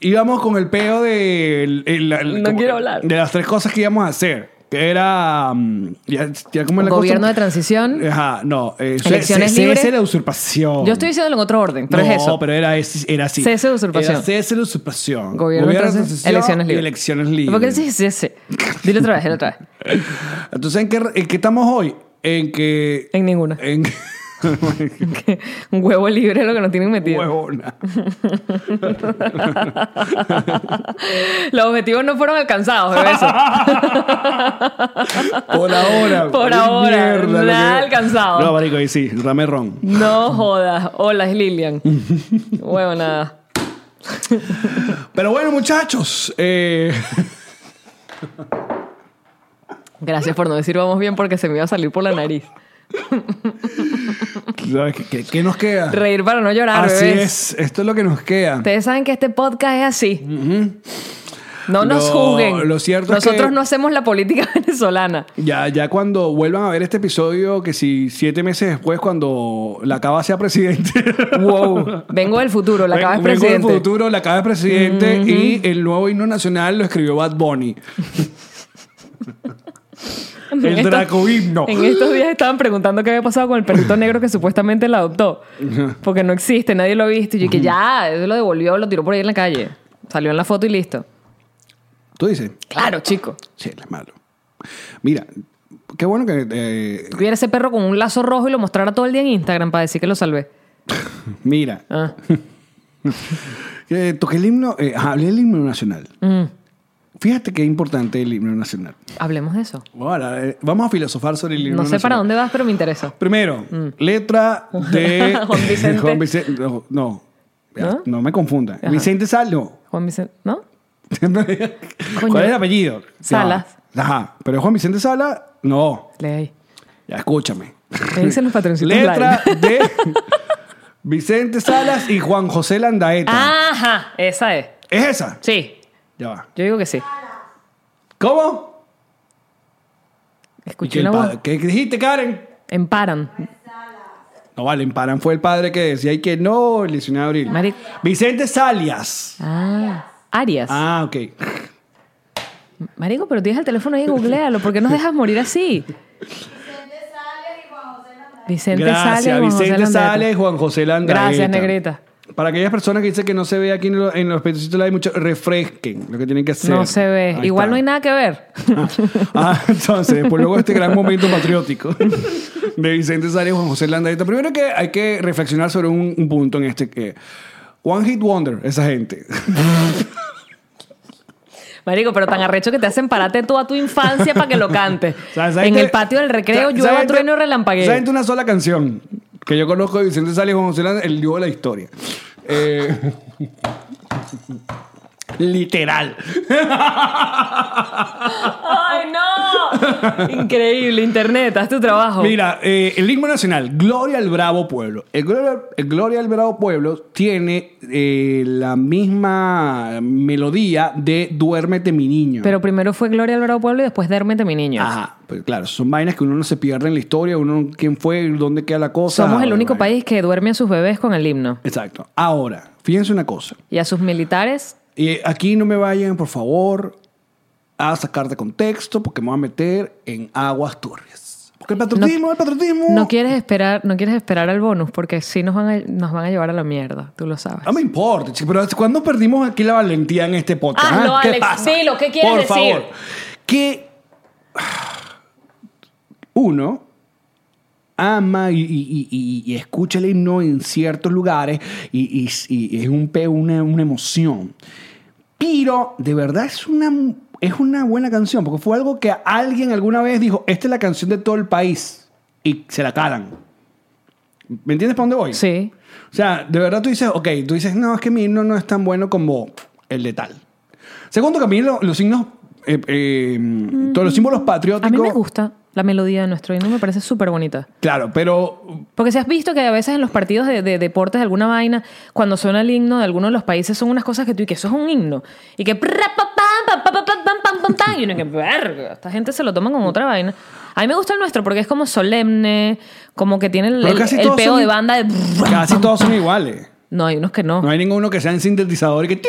íbamos con el peo de. el- el- la- el-
No quiero hablar.
De las tres cosas que íbamos a hacer. Que era. mm, Ya, ya como
Un
la
gobierno
cosa-
de transición.
Ajá, no. eh, ce-
Elecciones
ce-
libres.
Cese la usurpación.
Yo estoy diciéndolo en otro orden, pero
Oh. no,
es eso.
pero era, es- era así.
Cese de usurpación.
Era Cese de usurpación.
Gobierno, de transición, elecciones
y
libres.
Elecciones libres.
¿Por qué dices ese? Dilo otra vez, dilo otra vez.
Entonces, ¿en qué, en qué estamos hoy? En que.
En ninguna.
En que-
Un huevo libre es lo que nos tienen metido.
Huevona.
Los objetivos no fueron alcanzados, bebé. eso.
Por ahora.
Por
Ay,
ahora,
mierda, lo
nada
que-
alcanzado.
No, marico, ahí sí. Dame ron.
No jodas. Hola, es Lilian. Huevo, nada.
Pero bueno, muchachos. eh,
Gracias por no decir vamos bien porque se me iba a salir por la nariz.
¿Qué, qué- qué nos queda?
Reír para no llorar,
Así
bebés.
es, esto es lo que nos queda.
Ustedes saben que este podcast es así. No nos
Lo-
juzguen.
lo cierto es
Nosotros
que-
no hacemos la política venezolana.
Ya, ya cuando vuelvan a ver este episodio, que si siete meses después, cuando la Cava sea presidente.
Wow. Vengo del futuro, la
Ven-
acabas de
vengo del
presidente.
futuro, la Cava es presidente y el nuevo himno nacional lo escribió Bad Bunny.
En
El
estos-
Draco himno.
En estos días estaban preguntando qué había pasado con el perrito negro que supuestamente la adoptó. Porque no existe, nadie lo ha visto. Y yo que ya, eso lo devolvió, lo tiró por ahí en la calle. Salió en la foto y listo.
Tú dices,
Claro, chico.
sí, es malo. Mira, qué bueno que. eh,
Tuviera ese perro con un lazo rojo y lo mostrara todo el día en Instagram para decir que lo salvé.
mira,
Ah.
eh, toqué el himno, eh, ajá, hablé del himno nacional.
Mm.
Fíjate qué importante el himno nacional.
Hablemos de eso.
Bueno, eh, vamos a filosofar sobre el himno
No sé para
nacional.
dónde vas, pero me interesa.
Primero, letra de
Juan Vicente.
Juan Vicente- no, no, Ya,
¿No?
no me confunda.
Ajá.
Vicente Salo.
Juan Vicente, ¿no? Coño.
¿Cuál es el apellido?
Salas.
Ya. Ajá, pero Juan Vicente Sala, no.
Lee ahí.
Ya escúchame.
Le dicen los patroncitos
Letra
online.
de Vicente Salas y Juan José
Ah.
Landaeta.
Ajá, esa es.
¿Es esa?
Sí,
Ya va.
yo digo que sí.
¿Cómo? ¿Y
Escuché
que el
una
pa-
voz.
¿Qué dijiste, Karen?
En Paran.
No vale, en Parán fue el padre que decía y que no, el 19 de abril.
Mari-
Vicente Salias.
Ah, Arias.
Ah, ok.
Marico, pero tienes el teléfono ahí, googlealo. ¿Por qué nos dejas morir así? Vicente Sales y
Gracias,
Juan José
Vicente
Landaeta.
Sales y Juan José Landaeta.
Gracias, negrita.
Para aquellas personas que dicen que no se ve aquí en, lo- en los pececitos, hay mucho, refresquen lo que tienen que hacer.
No se ve.
Ahí
Igual
está.
no hay nada que ver.
Ah, entonces, por luego de este gran momento patriótico de Vicente Sales y Juan José Landaeta. Primero que hay que reflexionar sobre un, un punto en este que. One Hit Wonder, esa gente.
Marico, pero tan arrecho que te hacen pararte toda tu infancia para que lo cantes.
O sea, esa
en
gente-
el patio del recreo,
o sea, esa
llueva,
gente-
trueno y
esa
relampagueo.
gente una sola canción que yo conozco de Vicente Sales y Juan José Landaeta, el dúo de la historia. Eh, literal.
¡Ay, no! Increíble, internet, haz tu trabajo.
Mira, eh, el himno nacional, Gloria al Bravo Pueblo. El Gloria, el Gloria al Bravo Pueblo tiene eh, la misma melodía de Duérmete mi niño.
Pero primero fue Gloria al Bravo Pueblo y después Dérmete mi niño.
Ajá, pues claro, son vainas que uno no se pierde en la historia, uno quién fue, dónde queda la cosa.
Somos el único
Bueno,
país que duerme a sus bebés con el himno.
Exacto. Ahora, fíjense una cosa.
Y a sus militares,
Eh, aquí no me vayan, por favor, a sacar de contexto porque me voy a meter en aguas turbias. Porque el patriotismo, el patriotismo.
no quieres esperar, no quieres esperar al bonus, porque sí nos van a, nos van a llevar a la mierda, tú lo sabes.
No me importa, chico, pero ¿cuándo perdimos aquí la valentía en este podcast?
Hazlo,
ah? ¿Qué
Alex,
pasa?
dilo, ¿qué quieres
Por
decir?
favor. Que uno ama y, y- y- y- y escucha el himno en ciertos lugares y, y- y es un pe- una, una emoción. Pero de verdad es una, es una buena canción, porque fue algo que alguien alguna vez dijo, esta es la canción de todo el país, y se la calan. ¿Me entiendes para dónde voy?
Sí.
O sea, de verdad tú dices, ok, tú dices, no, es que mi himno no es tan bueno como el de tal. Segundo, que a mí lo- los signos, eh, eh, todos los símbolos patrióticos.
Mm. A mí me gusta la melodía de nuestro himno, me parece súper bonita.
Claro, pero
Porque si has visto que a veces en los partidos de, de deportes de alguna vaina, cuando suena el himno de algunos de los países, son unas cosas que tú y que eso es un himno. Y que... prra, pa, pam, pa, pa, pa, pam, pam, pam, pam, tan. Y uno que, verga, esta gente se lo toma con otra vaina. A mí me gusta el nuestro porque es como solemne, como que tiene el,
Pero
el-
casi
el
todos
peo
son-
de banda de...
casi todos son iguales.
No, hay unos que no.
No hay ninguno que sea en sintetizador y que.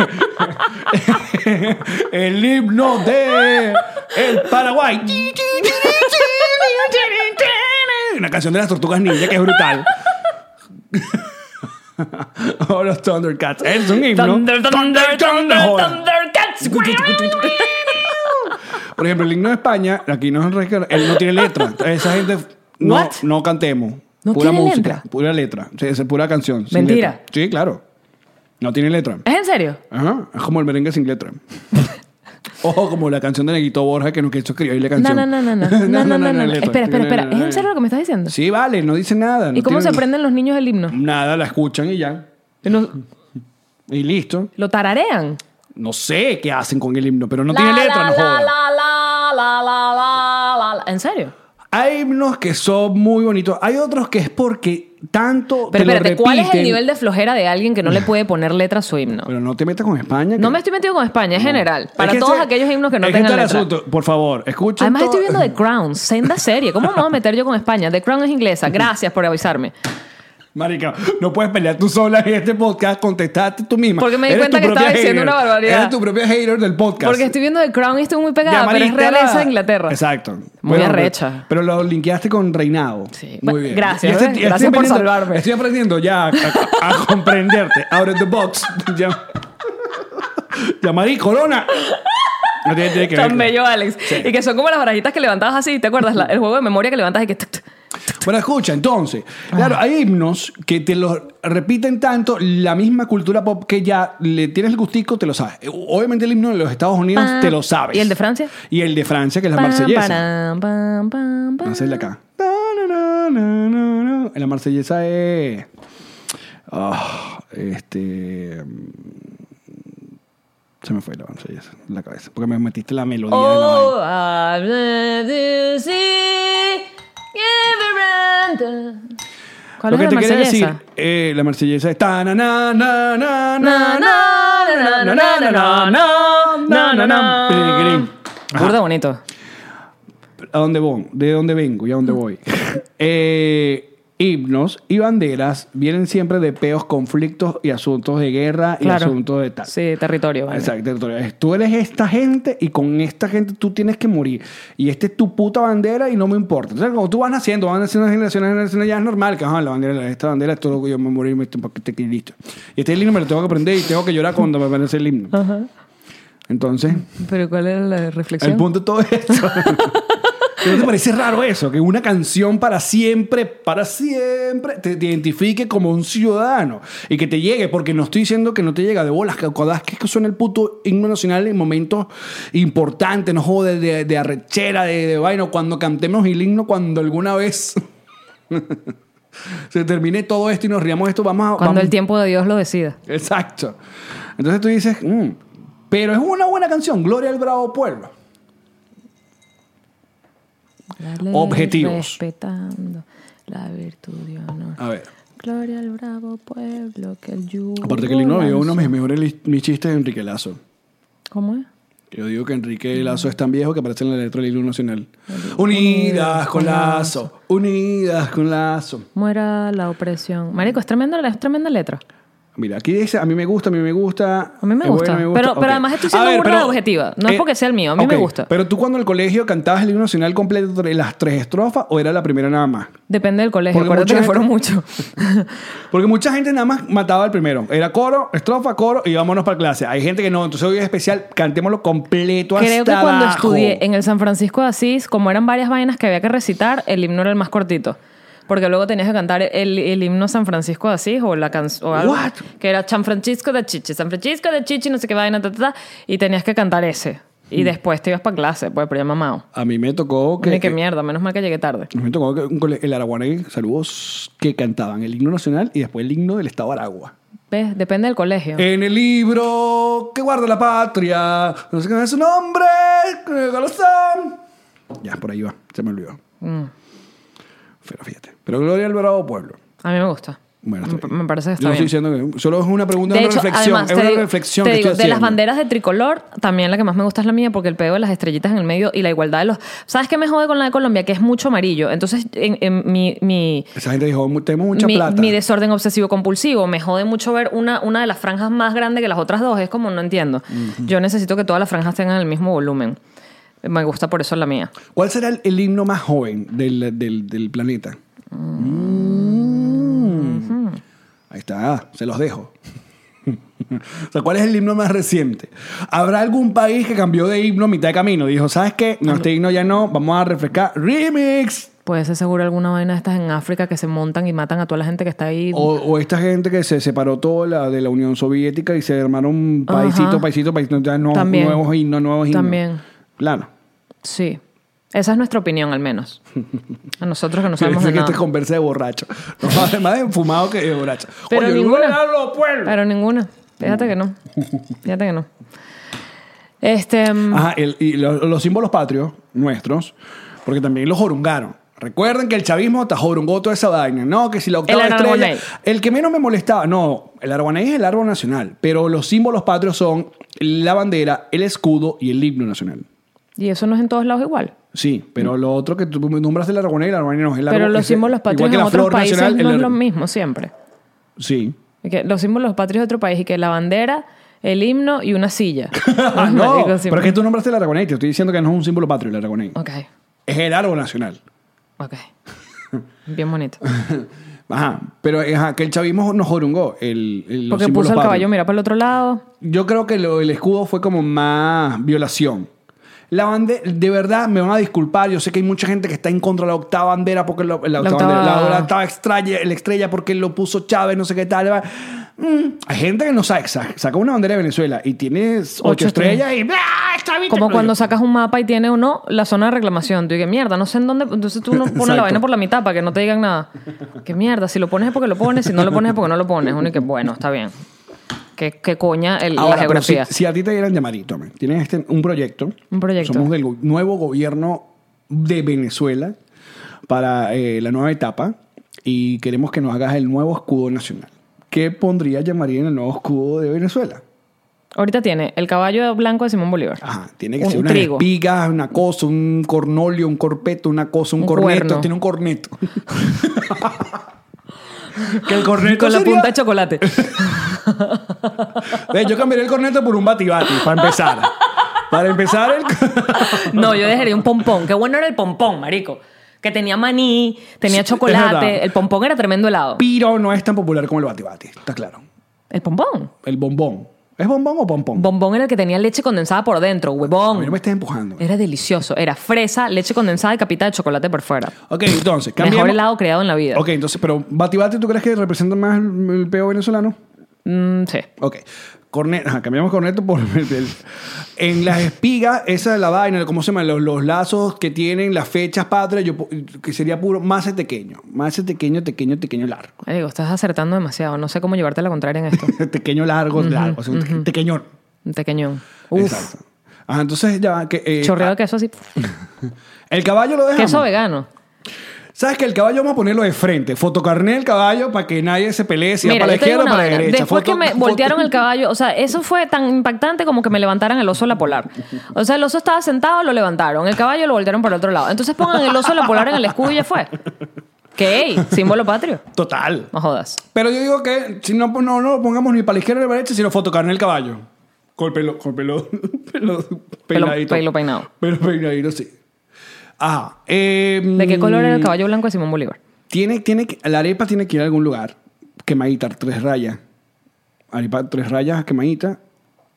el himno de el Paraguay. Una canción de las tortugas ninja que es brutal. o los Thundercats. Es un himno.
Thunder, thunder, thunder,
Joder.
Thundercats.
Por ejemplo, el himno de España, aquí no, es regla- él no tiene letra. Esa gente no,
What?
no cantemos.
¿No
pura
tiene
música,
letra?
pura letra. Sí, es pura canción. sin
Mentira.
letra. Sí, claro. No tiene letra.
¿Es en serio?
Ajá. Es como el merengue sin letra. Ojo, como la canción de Neguito Borja que nos quiso escribir la
No,
canción.
no, no, no, no, no, no, no, no.
letra.
Espera, espera, espera.
No, no,
¿Es
no,
en serio lo que me estás diciendo?
Sí, vale, no dice nada.
¿Y
no
cómo se
tiene-
aprenden los niños el himno?
Nada, la escuchan y ya.
No-
Y listo.
¿Lo tararean?
No sé qué hacen con el himno, pero no tiene letra, no jodas.
la, la, la, la, la, la, la- ¿En serio?
Hay unos que son muy bonitos. Hay otros que es porque tanto.
Pero
te lo
espérate, ¿cuál es el
repiten.
nivel de flojera de alguien que no le puede poner letra a su himno?
Pero no te metas con España.
No
que-
me estoy metido con España, en general.
Es
Para
que
todos
ese-
aquellos himnos que no
es
tengan
este el
letra.
asunto. Por favor, escuchen.
Además
todo-
estoy viendo The Crown, senda serie. ¿Cómo me voy a meter yo con España? The Crown es inglesa. Gracias por avisarme.
Marica, no puedes pelear tú sola en este podcast. Contestaste tú misma.
Porque me di
Eres
cuenta
tu
que
propia
estaba diciendo
hater.
una barbaridad.
Eres tu propia hater del podcast.
Porque estoy viendo The Crown y estoy muy pegada, pero es
Llamarista
realeza
la-
de Inglaterra.
Exacto.
Muy
Bueno,
arrecha.
Pero lo linkeaste con reinado.
Sí.
Muy
Bueno,
bien.
gracias,
Y
¿ves? Gracias por
aprendiendo-
salvarme.
Estoy aprendiendo ya a, a- a comprenderte. Out of the box. Ya- Llamarí Corona. No tiene, tiene que ver.
Tan bello, Alex. Y que son como las barajitas que levantabas así, ¿te acuerdas? La- el juego de memoria que levantas y que... tuc, tuc.
Bueno, escucha, entonces. Claro,
Ah.
hay himnos que te los repiten tanto la misma cultura pop que ya le tienes el gustico, te lo sabes. Obviamente el himno de los Estados Unidos
Pam.
te lo sabes.
¿Y el de Francia?
Y el de Francia, que es la
Pam,
marsellesa.
param, pam, pam, pam.
Hacerle acá. Ta, na, na, na, na, na. La marsellesa es... Ah, este... mm, Se me fue la marsellesa, la cabeza. Porque me metiste la melodía de la vaina.
Oh, I've loved you, see, give around the- ¿Cuál
Lo
es
que
la
te quiero decir,
marsellesa?
eh, la marsellesa es... ta, na, na, na, na,
Na, na, na, na, na, na, na, na, na, na.
Peregrín. Ajá.
Burda bonito.
¿A dónde voy? ¿De dónde vengo y a dónde voy? Eh, himnos y banderas vienen siempre de peos, conflictos y asuntos de guerra y
Claro.
asuntos de tal.
Sí, territorio. vale.
Exacto, territorio. Es, Tú eres esta gente y con esta gente tú tienes que morir. Y esta es tu puta bandera y no me importa. Entonces, como tú vas naciendo, van naciendo generaciones, generaciones, ya es normal que ajá, la bandera, esta bandera, esto es lo que yo me morí, me tengo que y listo. Y este himno me lo tengo que aprender y tengo que llorar cuando me aparece el himno. Entonces,
Pero ¿cuál era la reflexión?
el punto de todo esto. ¿No te parece raro eso? Que una canción para siempre, para siempre, te, te identifique como un ciudadano y que te llegue, porque no estoy diciendo que no te llega de bolas, que cuando das que suena el puto himno nacional en momentos importantes, no joder, de, de arrechera, de, de vaina, cuando cantemos el himno, cuando alguna vez se termine todo esto y nos riamos de esto, vamos a...
Cuando
vamos-
el tiempo de Dios lo decida.
Exacto. Entonces tú dices, "Mm, pero es una buena canción, Gloria al Bravo Pueblo.
La
Objetivos. Ah.
Respetando la virtud de honor.
A ver.
Gloria al bravo pueblo que el yugo
Aparte que el himno es uno
lanzó.
de mis mejores li- mis chistes de Enrique Lazo.
¿Cómo es?
Yo digo que
Mm.
Enrique Lazo es tan viejo que aparece en la letra del himno nacional. Unidas con lazo, unidas con lazo.
Muera la opresión. Marico, es tremenda, es tremenda letra.
Mira, aquí dice, a mí me gusta, a mí me gusta.
A mí me
es bueno,
gusta. Pero- pero
ok.
además estoy
A
siendo burda
pero- eh,
de objetiva. No es porque sea el mío, a mí me
ok,
gusta.
Pero tú cuando en el colegio cantabas el himno nacional completo entre las tres estrofas o era la primera nada más?
Depende del colegio.
Porque
Acuérdate que
mucha
fueron
gente-
muchos.
Porque mucha gente nada más mataba el primero. Era coro, estrofa, coro y vámonos para clase. Hay gente que no, entonces hoy es especial, cantémoslo completo hasta
Creo que cuando
abajo.
estudié en el San Francisco de Asís, como eran varias vainas que había que recitar, el himno era el más cortito. Porque luego tenías que cantar el, el himno San Francisco de Asís o la canción.
What?
Que era San Francisco de Chichi, San Francisco de Chichi, no sé qué vaina, ta, ta, ta, y tenías que cantar ese.
Mm.
Y después te ibas para clase, pues, pero ya mamado.
A mí me tocó que.
Ni qué mierda, menos mal que llegué tarde.
me tocó que un cole- el Araguanegui, saludos, que cantaban el himno nacional y después el himno del Estado de Aragua.
¿Ves? Depende del colegio.
En el libro que guarda la patria, no sé qué es su nombre, con el corazón. Ya, por ahí va, se me olvidó.
Mm.
Pero fíjate. Pero Gloria al Bravo Pueblo.
A mí me gusta.
Bueno, está
me,
bien.
me parece que está
Yo no
bien.
estoy diciendo que. Solo es una pregunta,
De
una
hecho,
reflexión.
además,
es
te
una
digo-
reflexión
te
que
digo,
estoy
de las
haciendo.
banderas de tricolor, también la que más me gusta es la mía, porque el pedo de las estrellitas en el medio y la igualdad de los. ¿Sabes qué me jode con la de Colombia? Que es mucho amarillo. Entonces, en, en mi, mi,
Esa gente dijo, "Mu- tenemos mucha
mi,
plata.
mi desorden obsesivo compulsivo. Me jode mucho ver una, una de las franjas más grande que las otras dos. Es como, no entiendo. Yo necesito que todas las franjas tengan el mismo volumen. Me gusta por eso la mía.
¿Cuál será el, el himno más joven del, del- del planeta? Mm. Ahí está, se los dejo. o sea, ¿cuál es el himno más reciente? ¿Habrá algún país que cambió de himno a mitad de camino? Dijo, ¿sabes qué? No, este himno ya no, vamos a refrescar. ¡Remix!
Puede ser seguro alguna vaina de estas en África que se montan y matan a toda la gente que está ahí.
O, o esta gente que se separó toda la, de la Unión Soviética y se armaron
Ajá.
paisito, paisito, paisito, ya no,
También.
nuevos himnos, nuevos himnos.
También.
Claro.
Sí. Esa es nuestra opinión, al menos. A nosotros que no sabemos
Parece
de
que este
nada.
conversa de borracho. No, además de fumado que de borracho.
Pero
Oye, no
ninguna.
le hablo, pueblo.
Pero ninguna. Fíjate que no. Fíjate que no. Este. mm,
Ah. Ajá, el- y lo- los, símbolos patrios nuestros, porque también los jorungaron. Recuerden que el chavismo está jorungó toda esa vaina. No, que si la octava
El
estrella...
Aragonés.
El que menos me molestaba... No, el Araguanay es el árbol nacional, pero los símbolos patrios son la bandera, el escudo y el himno nacional.
Y eso no es en todos lados igual.
Sí, pero lo otro que tú nombras el Araguanay, el Araguanay no es el árbol...
Mm. Pero los
es el-
símbolos
igual
patrios
que
en
la
otros
flor
países
nacional,
no
el
es lo
ar-
mismo siempre.
Sí.
Y que los símbolos patrios de otro país y que la bandera, el himno y una silla.
Ah,
Ay,
no,
marico, sí.
pero es que tú nombraste el Aragonés, te estoy diciendo que no es un símbolo patrio el Aragonés.
Ok,
Es el árbol nacional.
ok. Bien bonito.
Ajá, pero ajá, que el chavismo nos jorungó. El, el- los
Porque
símbolos
puso el
patrios.
caballo, mira para el otro lado.
Yo creo que lo, el escudo fue como más violación. La bandera, de verdad, me van a disculpar. Yo sé que hay mucha gente que está en contra de la octava bandera porque lo- la, octava
octava-
bandera, la, la octava estrella, la estrella porque lo puso Chávez, no sé qué tal. va. Mm, hay gente que no sabe, sa- saca una bandera de Venezuela y tienes ocho,
Ocho
estrellas y ¡bla! Chávez te
Como
prohibió.
cuando sacas un mapa y tiene uno la zona de reclamación. Tú dices, mierda, no sé en dónde. Entonces tú no pones
Exacto.
la vaina por la mitad para que no te digan nada. Que mierda, si lo pones es porque lo pones, si no lo pones es porque no lo pones. Uno y que, bueno, está bien. Que, que coña el-
Ahora,
la
pero
geografía.
Si, si a ti te dieran llamadito, men, tienes este, un proyecto.
Un proyecto.
Somos del go- nuevo gobierno de Venezuela para eh, la nueva etapa y queremos que nos hagas el nuevo escudo nacional. ¿Qué pondría llamaría en el nuevo escudo de Venezuela?
Ahorita tiene el caballo blanco de Simón Bolívar.
Ajá, tiene que
Un
ser unas
trigo.
espigas, una cosa, un cornolio, un corpeto, una cosa, un,
Un
corneto.
cuerno.
Tiene un corneto. que el corneto
Con la
sería-
punta de chocolate.
Ve, Yo cambiaría el corneto por un batibati, para empezar. para empezar, el...
No, yo dejaría un pompón. Qué bueno era el pompón, marico. Que tenía maní, tenía
Sí, es verdad.
chocolate. El pompón era tremendo helado.
Pero no es tan popular como el batibati, está claro.
El pompón.
El bombón. ¿Es bombón o pompón?
Bombón era el que tenía leche condensada por dentro,
A mí no me
huevón.
estés empujando.
Era delicioso. Era fresa, leche condensada y capita de chocolate por fuera.
Ok, entonces,
Mejor
cambiemos.
helado creado en la vida.
Ok, entonces, pero batibati, ¿tú crees que representa más el, el peo venezolano?
Mm, sí.
Ok. Corneto, ajá, cambiamos corneto por... el- el- en las espigas, esa de la vaina, ¿cómo se llama? Los, los lazos que tienen las fechas patrias, yo, pu- que sería puro más pequeño. Más pequeño, pequeño, pequeño, largo.
Marico, estás acertando demasiado. No sé cómo llevarte la contraria en esto.
pequeño, largo, largo. O sea, un teque- tequeñón.
Un Tequeñón. Uf.
Exacto. Ajá, entonces ya... Que, eh,
Chorreado de queso así.
El caballo lo dejamos.
Queso vegano.
¿Sabes que El caballo vamos a ponerlo de frente. Fotocarné el caballo para que nadie se pelee si va
Mira,
para la
yo te digo
izquierda o
una
para la
vaina.
derecha.
Después
Foto-
que me
foto-
voltearon el caballo, o sea, eso fue tan impactante como que me levantaran el oso de la polar. O sea, el oso estaba sentado, lo levantaron. El caballo lo voltearon para el otro lado. Entonces pongan el oso de la polar en el escudo y ya fue. ¿Qué? ey, Símbolo patrio.
Total.
No jodas.
Pero yo digo que si no, pues, no, no lo pongamos ni para la izquierda ni para la derecha, sino fotocarné el caballo. Con el pelo, con el pelo, pelo peinadito.
pelo peinado.
Pelo peinadito, sí. Ah, eh,
¿De qué color era el caballo blanco de Simón Bolívar?
Tiene, tiene, que- la arepa tiene que ir a algún lugar. Quemadita, tres rayas. Arepa, tres rayas, quemadita.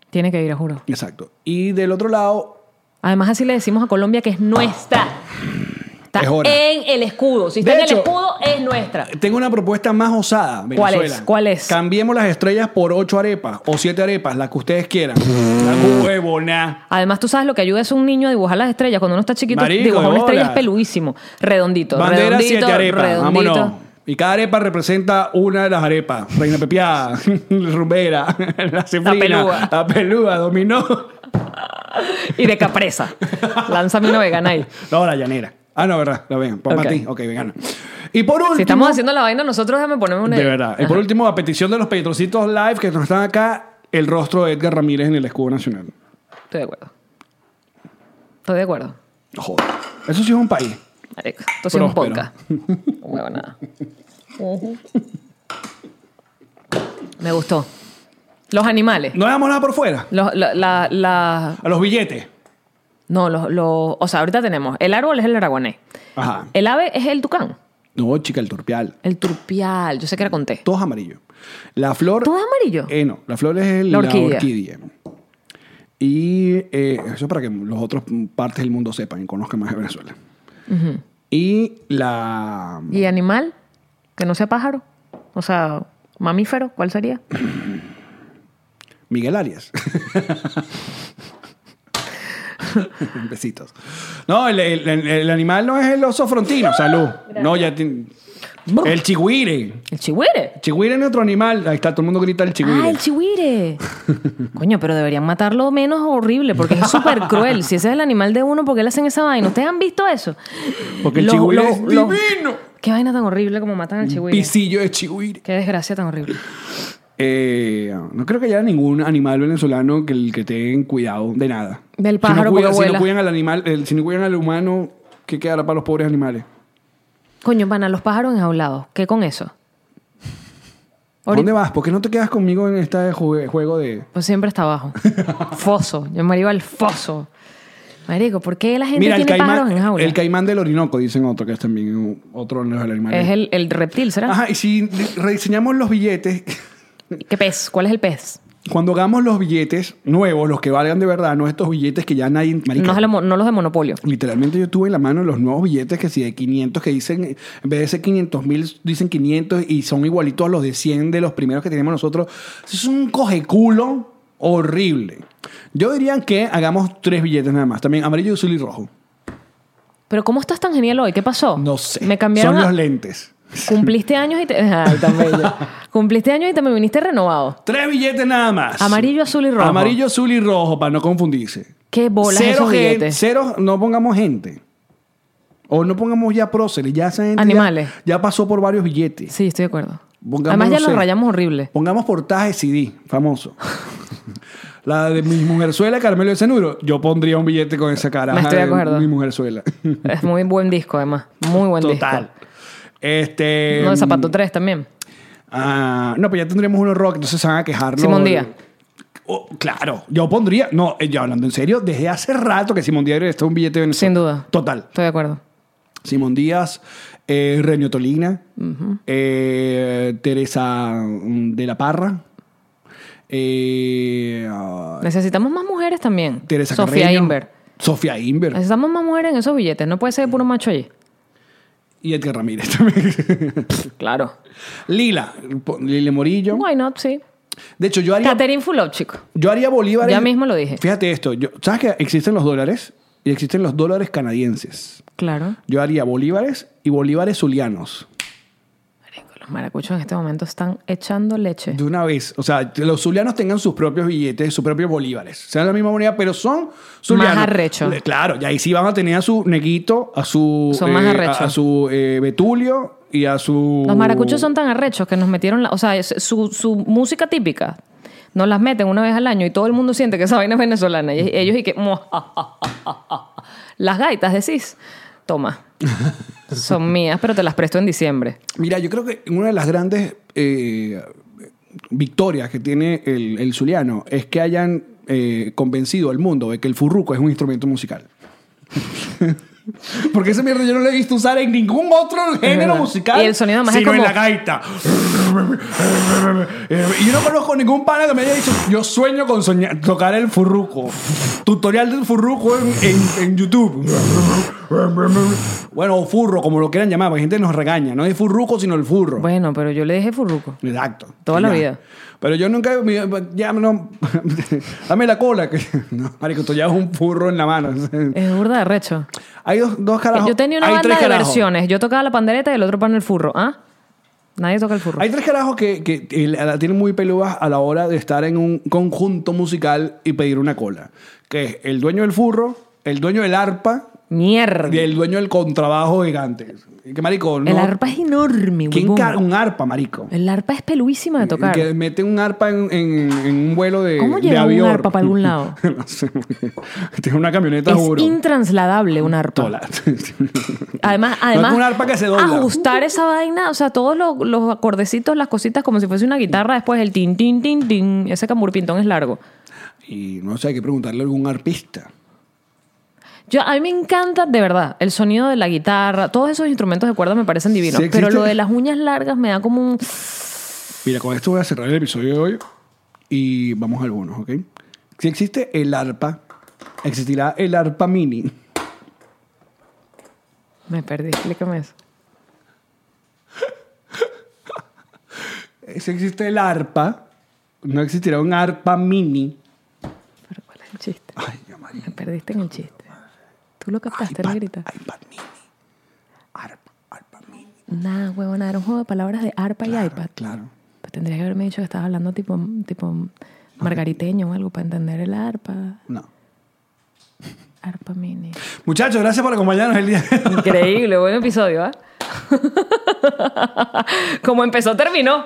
Tiene que ir, os juro.
Exacto. Y del otro lado,
Además, así le decimos a Colombia que es nuestra. Está
Es hora.
en el escudo. Si está
De
en
hecho,
el escudo, es nuestra.
Tengo una propuesta más osada, Venezuela.
es? ¿Cuál es?
Cambiemos las estrellas por ocho arepas o siete arepas, las que ustedes quieran.
Mm.
La huevona.
Además, tú sabes lo que ayuda es un niño a dibujar las estrellas. Cuando uno está chiquito,
Marico,
dibujar
de
una estrella es
bola.
peludísimo. Redondito.
Bandera,
redondito,
siete arepas.
redondito.
Vámonos. Y cada arepa representa una de las arepas. Reina Pepiada, Rumbera, la cefrina,
pelúa.
la pelúa, dominó.
Y de capresa. Lánzame una vegana ahí.
No, la llanera. Ah, no, verdad, la vegan. Para
Ok.
ti, ok, vegana. Y por último.
Si estamos haciendo la vaina nosotros, déjame ponerme una.
De verdad. Y por último, a petición de los Petrocitos Live que nos están acá, el rostro de Edgar Ramírez en el escudo nacional.
Estoy de acuerdo. Estoy de acuerdo.
Joder. Eso sí es un país.
Marico, Esto sí es un
Próspero.
podcast. Huevo, nada. Me gustó. Los animales.
No le damos nada por fuera.
Los, la, la- la-
A los billetes.
no, los, los- O sea, ahorita tenemos. El árbol es el araguanés.
Ajá.
El ave es el tucán.
Ah, eh. No, chica, el turpial.
El turpial. Yo sé que era con té.
Todo es amarillo. La flor.
¿Todo es amarillo?
Eh, no. La flor es el- la
La
orquídea.
orquídea.
Y eh, eso es para que los otros partes del mundo sepan y conozcan más de Venezuela. Y la.
¿Y animal? Que no sea pájaro. O sea, mamífero, ¿cuál sería?
Miguel Arias. Besitos. No, el, el- el- el animal no es el oso frontino. Salud. No, ya. tiene- El chigüire.
El chihuire.
Chigüire es otro animal. Ahí está, todo el mundo grita el chigüire.
Ah, el chihuire. Coño, pero deberían matarlo menos horrible porque es súper cruel. Si ese es el animal de uno, ¿por qué le hacen esa vaina? ¿Ustedes han visto eso?
Porque el
Los-
chigüire
los-
es
los-
divino.
Qué vaina tan horrible como matan al chihuire.
Pisillo de chigüire.
Qué desgracia tan horrible.
Eh, no creo que haya ningún animal venezolano que, que tengan cuidado de nada.
Del pájaro
si no,
que
cuidan, si no
vuela.
cuidan al animal, el- si no cuidan al humano, ¿qué quedará para los pobres animales?
Coño, van a los pájaros enjaulados. ¿Qué con eso?
¿A ¿Dónde vas? ¿Por qué no te quedas conmigo en este jue- juego de...?
Pues siempre está abajo. Foso. Yo me iba al foso. Marico, ¿por qué la gente
Mira, el
tiene pájaros en
caimán,
jaula?
el caimán del Orinoco, dicen otro, que es también un- otro de los animales.
es el, el reptil, ¿será?
Ajá, y si rediseñamos los billetes,
¿Qué pez? ¿Cuál es el pez?
cuando hagamos los billetes nuevos, los que valgan de verdad, no estos billetes que ya nadie... marica,
No, es el mo- no los de monopolio.
Literalmente yo tuve en la mano los nuevos billetes que si de 500 que dicen, en vez de ser 500 mil, dicen 500 y son igualitos a los de 100 de los primeros que tenemos nosotros. Es un cojeculo horrible. Yo diría que hagamos tres billetes nada más, también amarillo, azul y rojo.
Pero ¿cómo estás tan genial hoy? ¿Qué pasó?
No sé.
Me cambiaron.
Son
a-
los lentes.
Cumpliste años y te. Ay, tan bello. Cumpliste años y te me viniste renovado.
Tres billetes nada más.
Amarillo, azul y rojo.
Amarillo, azul y rojo, para no confundirse.
Qué bolas
cero
esos
gen-
billetes.
Cero, no pongamos gente. O no pongamos ya próceres, ya esa gente ya-
Animales.
Ya, pasó por varios billetes.
Sí, estoy de acuerdo.
Pongamos,
Además, ya
no
los
sé.
rayamos horrible.
Pongamos portaje CD, famoso. La de mi mujerzuela, Carmelo de Cenuro. Yo pondría un billete con esa cara.
Me estoy de acuerdo.
Mi mujerzuela.
Es muy buen disco, además. Muy buen
Total.
disco.
Este.
No, de Zapato 3 también.
Ah, no, pero ya tendríamos uno rock, entonces se van a quejar. los-
Simón Díaz.
Oh, claro, yo pondría. No, eh, yo hablando en serio, desde hace rato que Simón Díaz está un billete de Venezuela.
Sin duda.
Total.
Estoy de acuerdo.
Simón Díaz, eh, Renio Tolina, eh, Teresa mm, de la Parra, eh, ah,
Necesitamos más mujeres también.
Teresa
Sofía
Carreño,
Inver.
Sofía Inver.
Necesitamos más mujeres en esos billetes. No puede ser puro macho allí.
Y Edgar Ramírez también.
Claro.
Lila, po- Lila Morillo.
Why not, sí.
De hecho, yo haría,
Catherine Fulop, chico.
yo haría Bolívar.
Ya mismo lo dije.
Fíjate esto. yo- ¿Sabes que existen los dólares? Y existen los dólares canadienses.
Claro.
Yo haría bolívares y bolívares zulianos.
Marico, los maracuchos en este momento están echando leche.
De una vez. O sea, que los zulianos tengan sus propios billetes, sus propios bolívares. Sean la misma moneda, pero son zulianos.
Más arrecho.
Le- Claro, y ahí sí van a tener a su neguito, a su.
Son más
eh,
arrecho.
A, a su eh, betulio y a su.
Los maracuchos son tan arrechos que nos metieron, la- o sea, es- su, su música típica nos las meten una vez al año y todo el mundo siente que esa vaina es venezolana. Y ellos y que... Las gaitas decís, toma, son mías, pero te las presto en diciembre.
Mira, yo creo que una de las grandes eh, victorias que tiene el, el zuliano es que hayan eh, convencido al mundo de que el furruco es un instrumento musical. Porque esa mierda yo no la he visto usar en ningún otro género
verdad.
musical.
Y el sonido además es
sino en
como-
la gaita. y yo no conozco ningún pana que me haya dicho, yo sueño con soñar- tocar el furruco. Tutorial del furruco en, en- en YouTube. bueno, o furro, como lo quieran llamar, porque gente nos regaña. No es furruco, sino el furro.
Bueno, pero yo le dejé furruco.
Exacto.
Toda la
Ya.
vida.
Pero yo nunca. mi- Ya, no. dame la cola. Que, no, marico, tú llevas un furro en la mano.
Es burda de arrecho.
Hay dos, dos carajos.
Yo tenía una
hay
banda
tres
de
carajos.
versiones. Yo tocaba la pandereta y el otro pan el furro. ¿Ah? Nadie toca el furro.
Hay tres carajos que, que eh, la tienen muy peludas a la hora de estar en un conjunto musical y pedir una cola. Que es el dueño del furro, el dueño del arpa
Mierda.
y el dueño del contrabajo gigante. Que marico, no.
El arpa es enorme,
¿Quién
huevón.
carga un arpa, marico?
El arpa es peluísima de tocar.
Que mete un arpa en, en- en un vuelo de,
¿Cómo
de
lleva un
avión.
arpa para algún lado?
no sé. Tiene una camioneta,
Es
juro.
intransladable un arpa.
Tola.
Además,
No es
además
un arpa que se dobla.
ajustar esa vaina, o sea, todos los, los acordecitos, las cositas como si fuese una guitarra, después el tin tin tin tin, ese camburpintón es largo.
y no sé, hay que preguntarle a algún arpista.
Yo a mí me encanta de verdad el sonido de la guitarra, todos esos instrumentos de cuerda me parecen divinos,
Sí,
pero
existe.
lo de las uñas largas me da como un
Mira, con esto voy a cerrar el episodio de hoy y vamos a algunos, ¿ok? Si existe el arpa, existirá el arpa mini.
me perdí, explícame eso.
Si existe el arpa, no existirá un arpa mini.
Pero cuál es el chiste?
Ay, ya, María.
Me perdiste en el chiste. Tú lo captaste,
iPad,
negrita.
iPad mini. Arpa, arpa mini.
Nada, huevona, era un juego de palabras de ARPA y iPad.
Claro.
Pues tendrías que haberme dicho que estabas hablando tipo, tipo margariteño o algo para entender el ARPA.
No.
ARPA mini.
Muchachos, gracias por acompañarnos el día de hoy.
Increíble, buen episodio, ¿ah? Como empezó, terminó.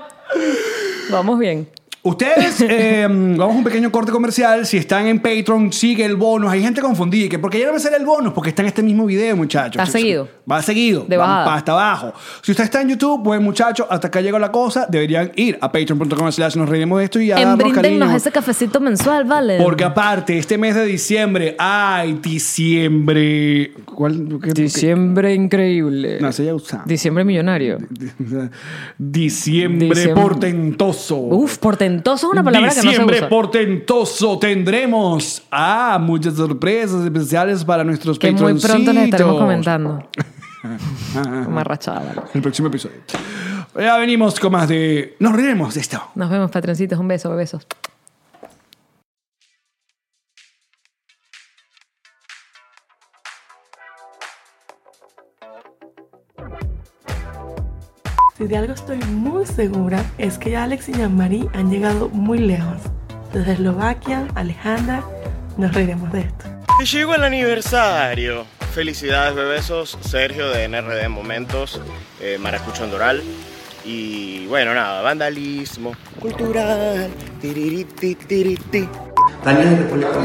Vamos bien.
Ustedes, eh, vamos a un pequeño corte comercial. Si están en Patreon, sigue el bonus. Hay gente confundida. que porque ya no sale el bonus? Porque está en este mismo video, muchachos.
Va seguido.
Va seguido.
De
Va
bajada.
pa- hasta abajo. Si usted está en YouTube, pues muchachos, hasta acá llegó la cosa. Deberían ir a patreon.com slash nos reiremos de esto y a darnos
Embríndennos
cariño.
ese cafecito mensual, ¿vale?
Porque aparte, este mes de diciembre, ay, diciembre. ¿Cuál? ¿Qué- qué-
Diciembre increíble.
No, se ya usaba.
Diciembre millonario.
Diciembre,
Diciembre.
portentoso.
Uf, portentoso es una palabra que no
Diciembre
se usa.
portentoso tendremos ah, muchas sorpresas especiales para nuestros
que muy pronto les estaremos
patroncitos. Ah,
comentando. Como arrachada. ¿vale?
El próximo episodio. Ya venimos con más de... Nos reiremos de esto.
Nos vemos, patroncitos. Un beso, besos.
Si de algo estoy muy segura es que Alex y Jean-Marie han llegado muy lejos. Desde Eslovaquia, Alejandra, nos reiremos de esto.
Y llegó el aniversario. Felicidades, bebesos. Sergio de NRD Momentos, eh, Maracucho Andoral. Y bueno, nada, vandalismo cultural. Tiriri, ti, tiri, ti.
Daniel, le pone los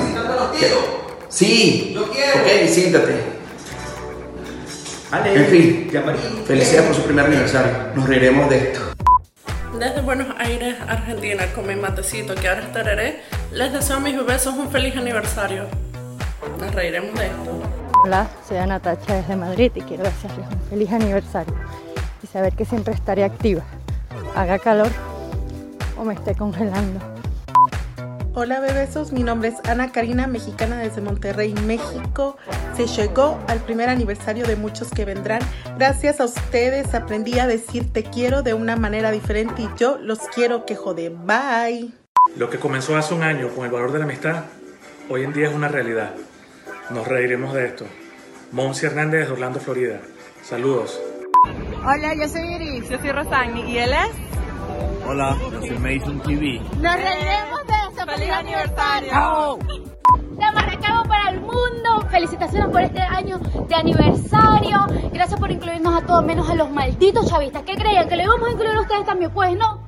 Sí. Yo quiero. Ok, siéntate. Vale. En fin, felicidades por su primer aniversario. Nos reiremos de esto.
Desde Buenos Aires, Argentina, con mi matecito que ahora estaré, les deseo a mis besos un feliz aniversario. Nos reiremos de esto.
Hola, soy Ana Tacha desde Madrid y quiero desearles un feliz aniversario y saber que siempre estaré activa, haga calor o me esté congelando.
Hola bebesos, mi nombre es Ana Karina, mexicana desde Monterrey, México. Se llegó al primer aniversario de muchos que vendrán. Gracias a ustedes aprendí a decir te quiero de una manera diferente y yo los quiero que jode. Bye.
Lo que comenzó hace un año con el valor de la amistad, hoy en día es una realidad. Nos reiremos de esto. Monsi Hernández de Orlando, Florida. Saludos.
Hola, yo soy Iris. Yo soy Rosani. ¿Y él es?
Hola, yo soy Mason TV.
Nos reiremos de eso,
¡Feliz aniversario!
De Maracaibo para el mundo, felicitaciones por este año de aniversario, gracias por incluirnos a todos, menos a los malditos chavistas, ¿qué creían? ¿Que lo íbamos a incluir a ustedes también? Pues no.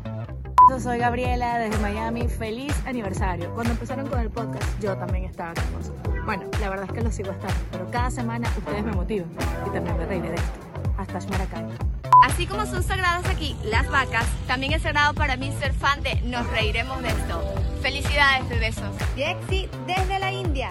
Yo soy Gabriela desde Miami. Feliz aniversario. Cuando empezaron con el podcast, yo también estaba con eso. Bueno, la verdad es que lo sigo estando, pero cada semana ustedes me motivan y también me reiré de esto. Hasta Maracay.
Así como son sagradas aquí las vacas, también es sagrado para mí ser fan de Nos Reiremos de esto. Felicidades, bebesos. Jexi desde la India.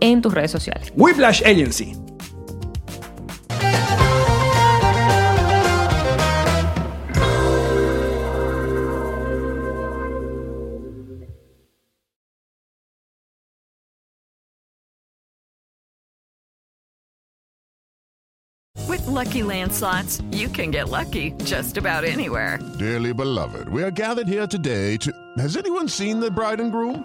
en tus redes sociales.
Whiplash Agency.
With Lucky Land slots, you can get lucky just about anywhere.
Dearly beloved, we are gathered here today to. Has anyone seen the bride and groom?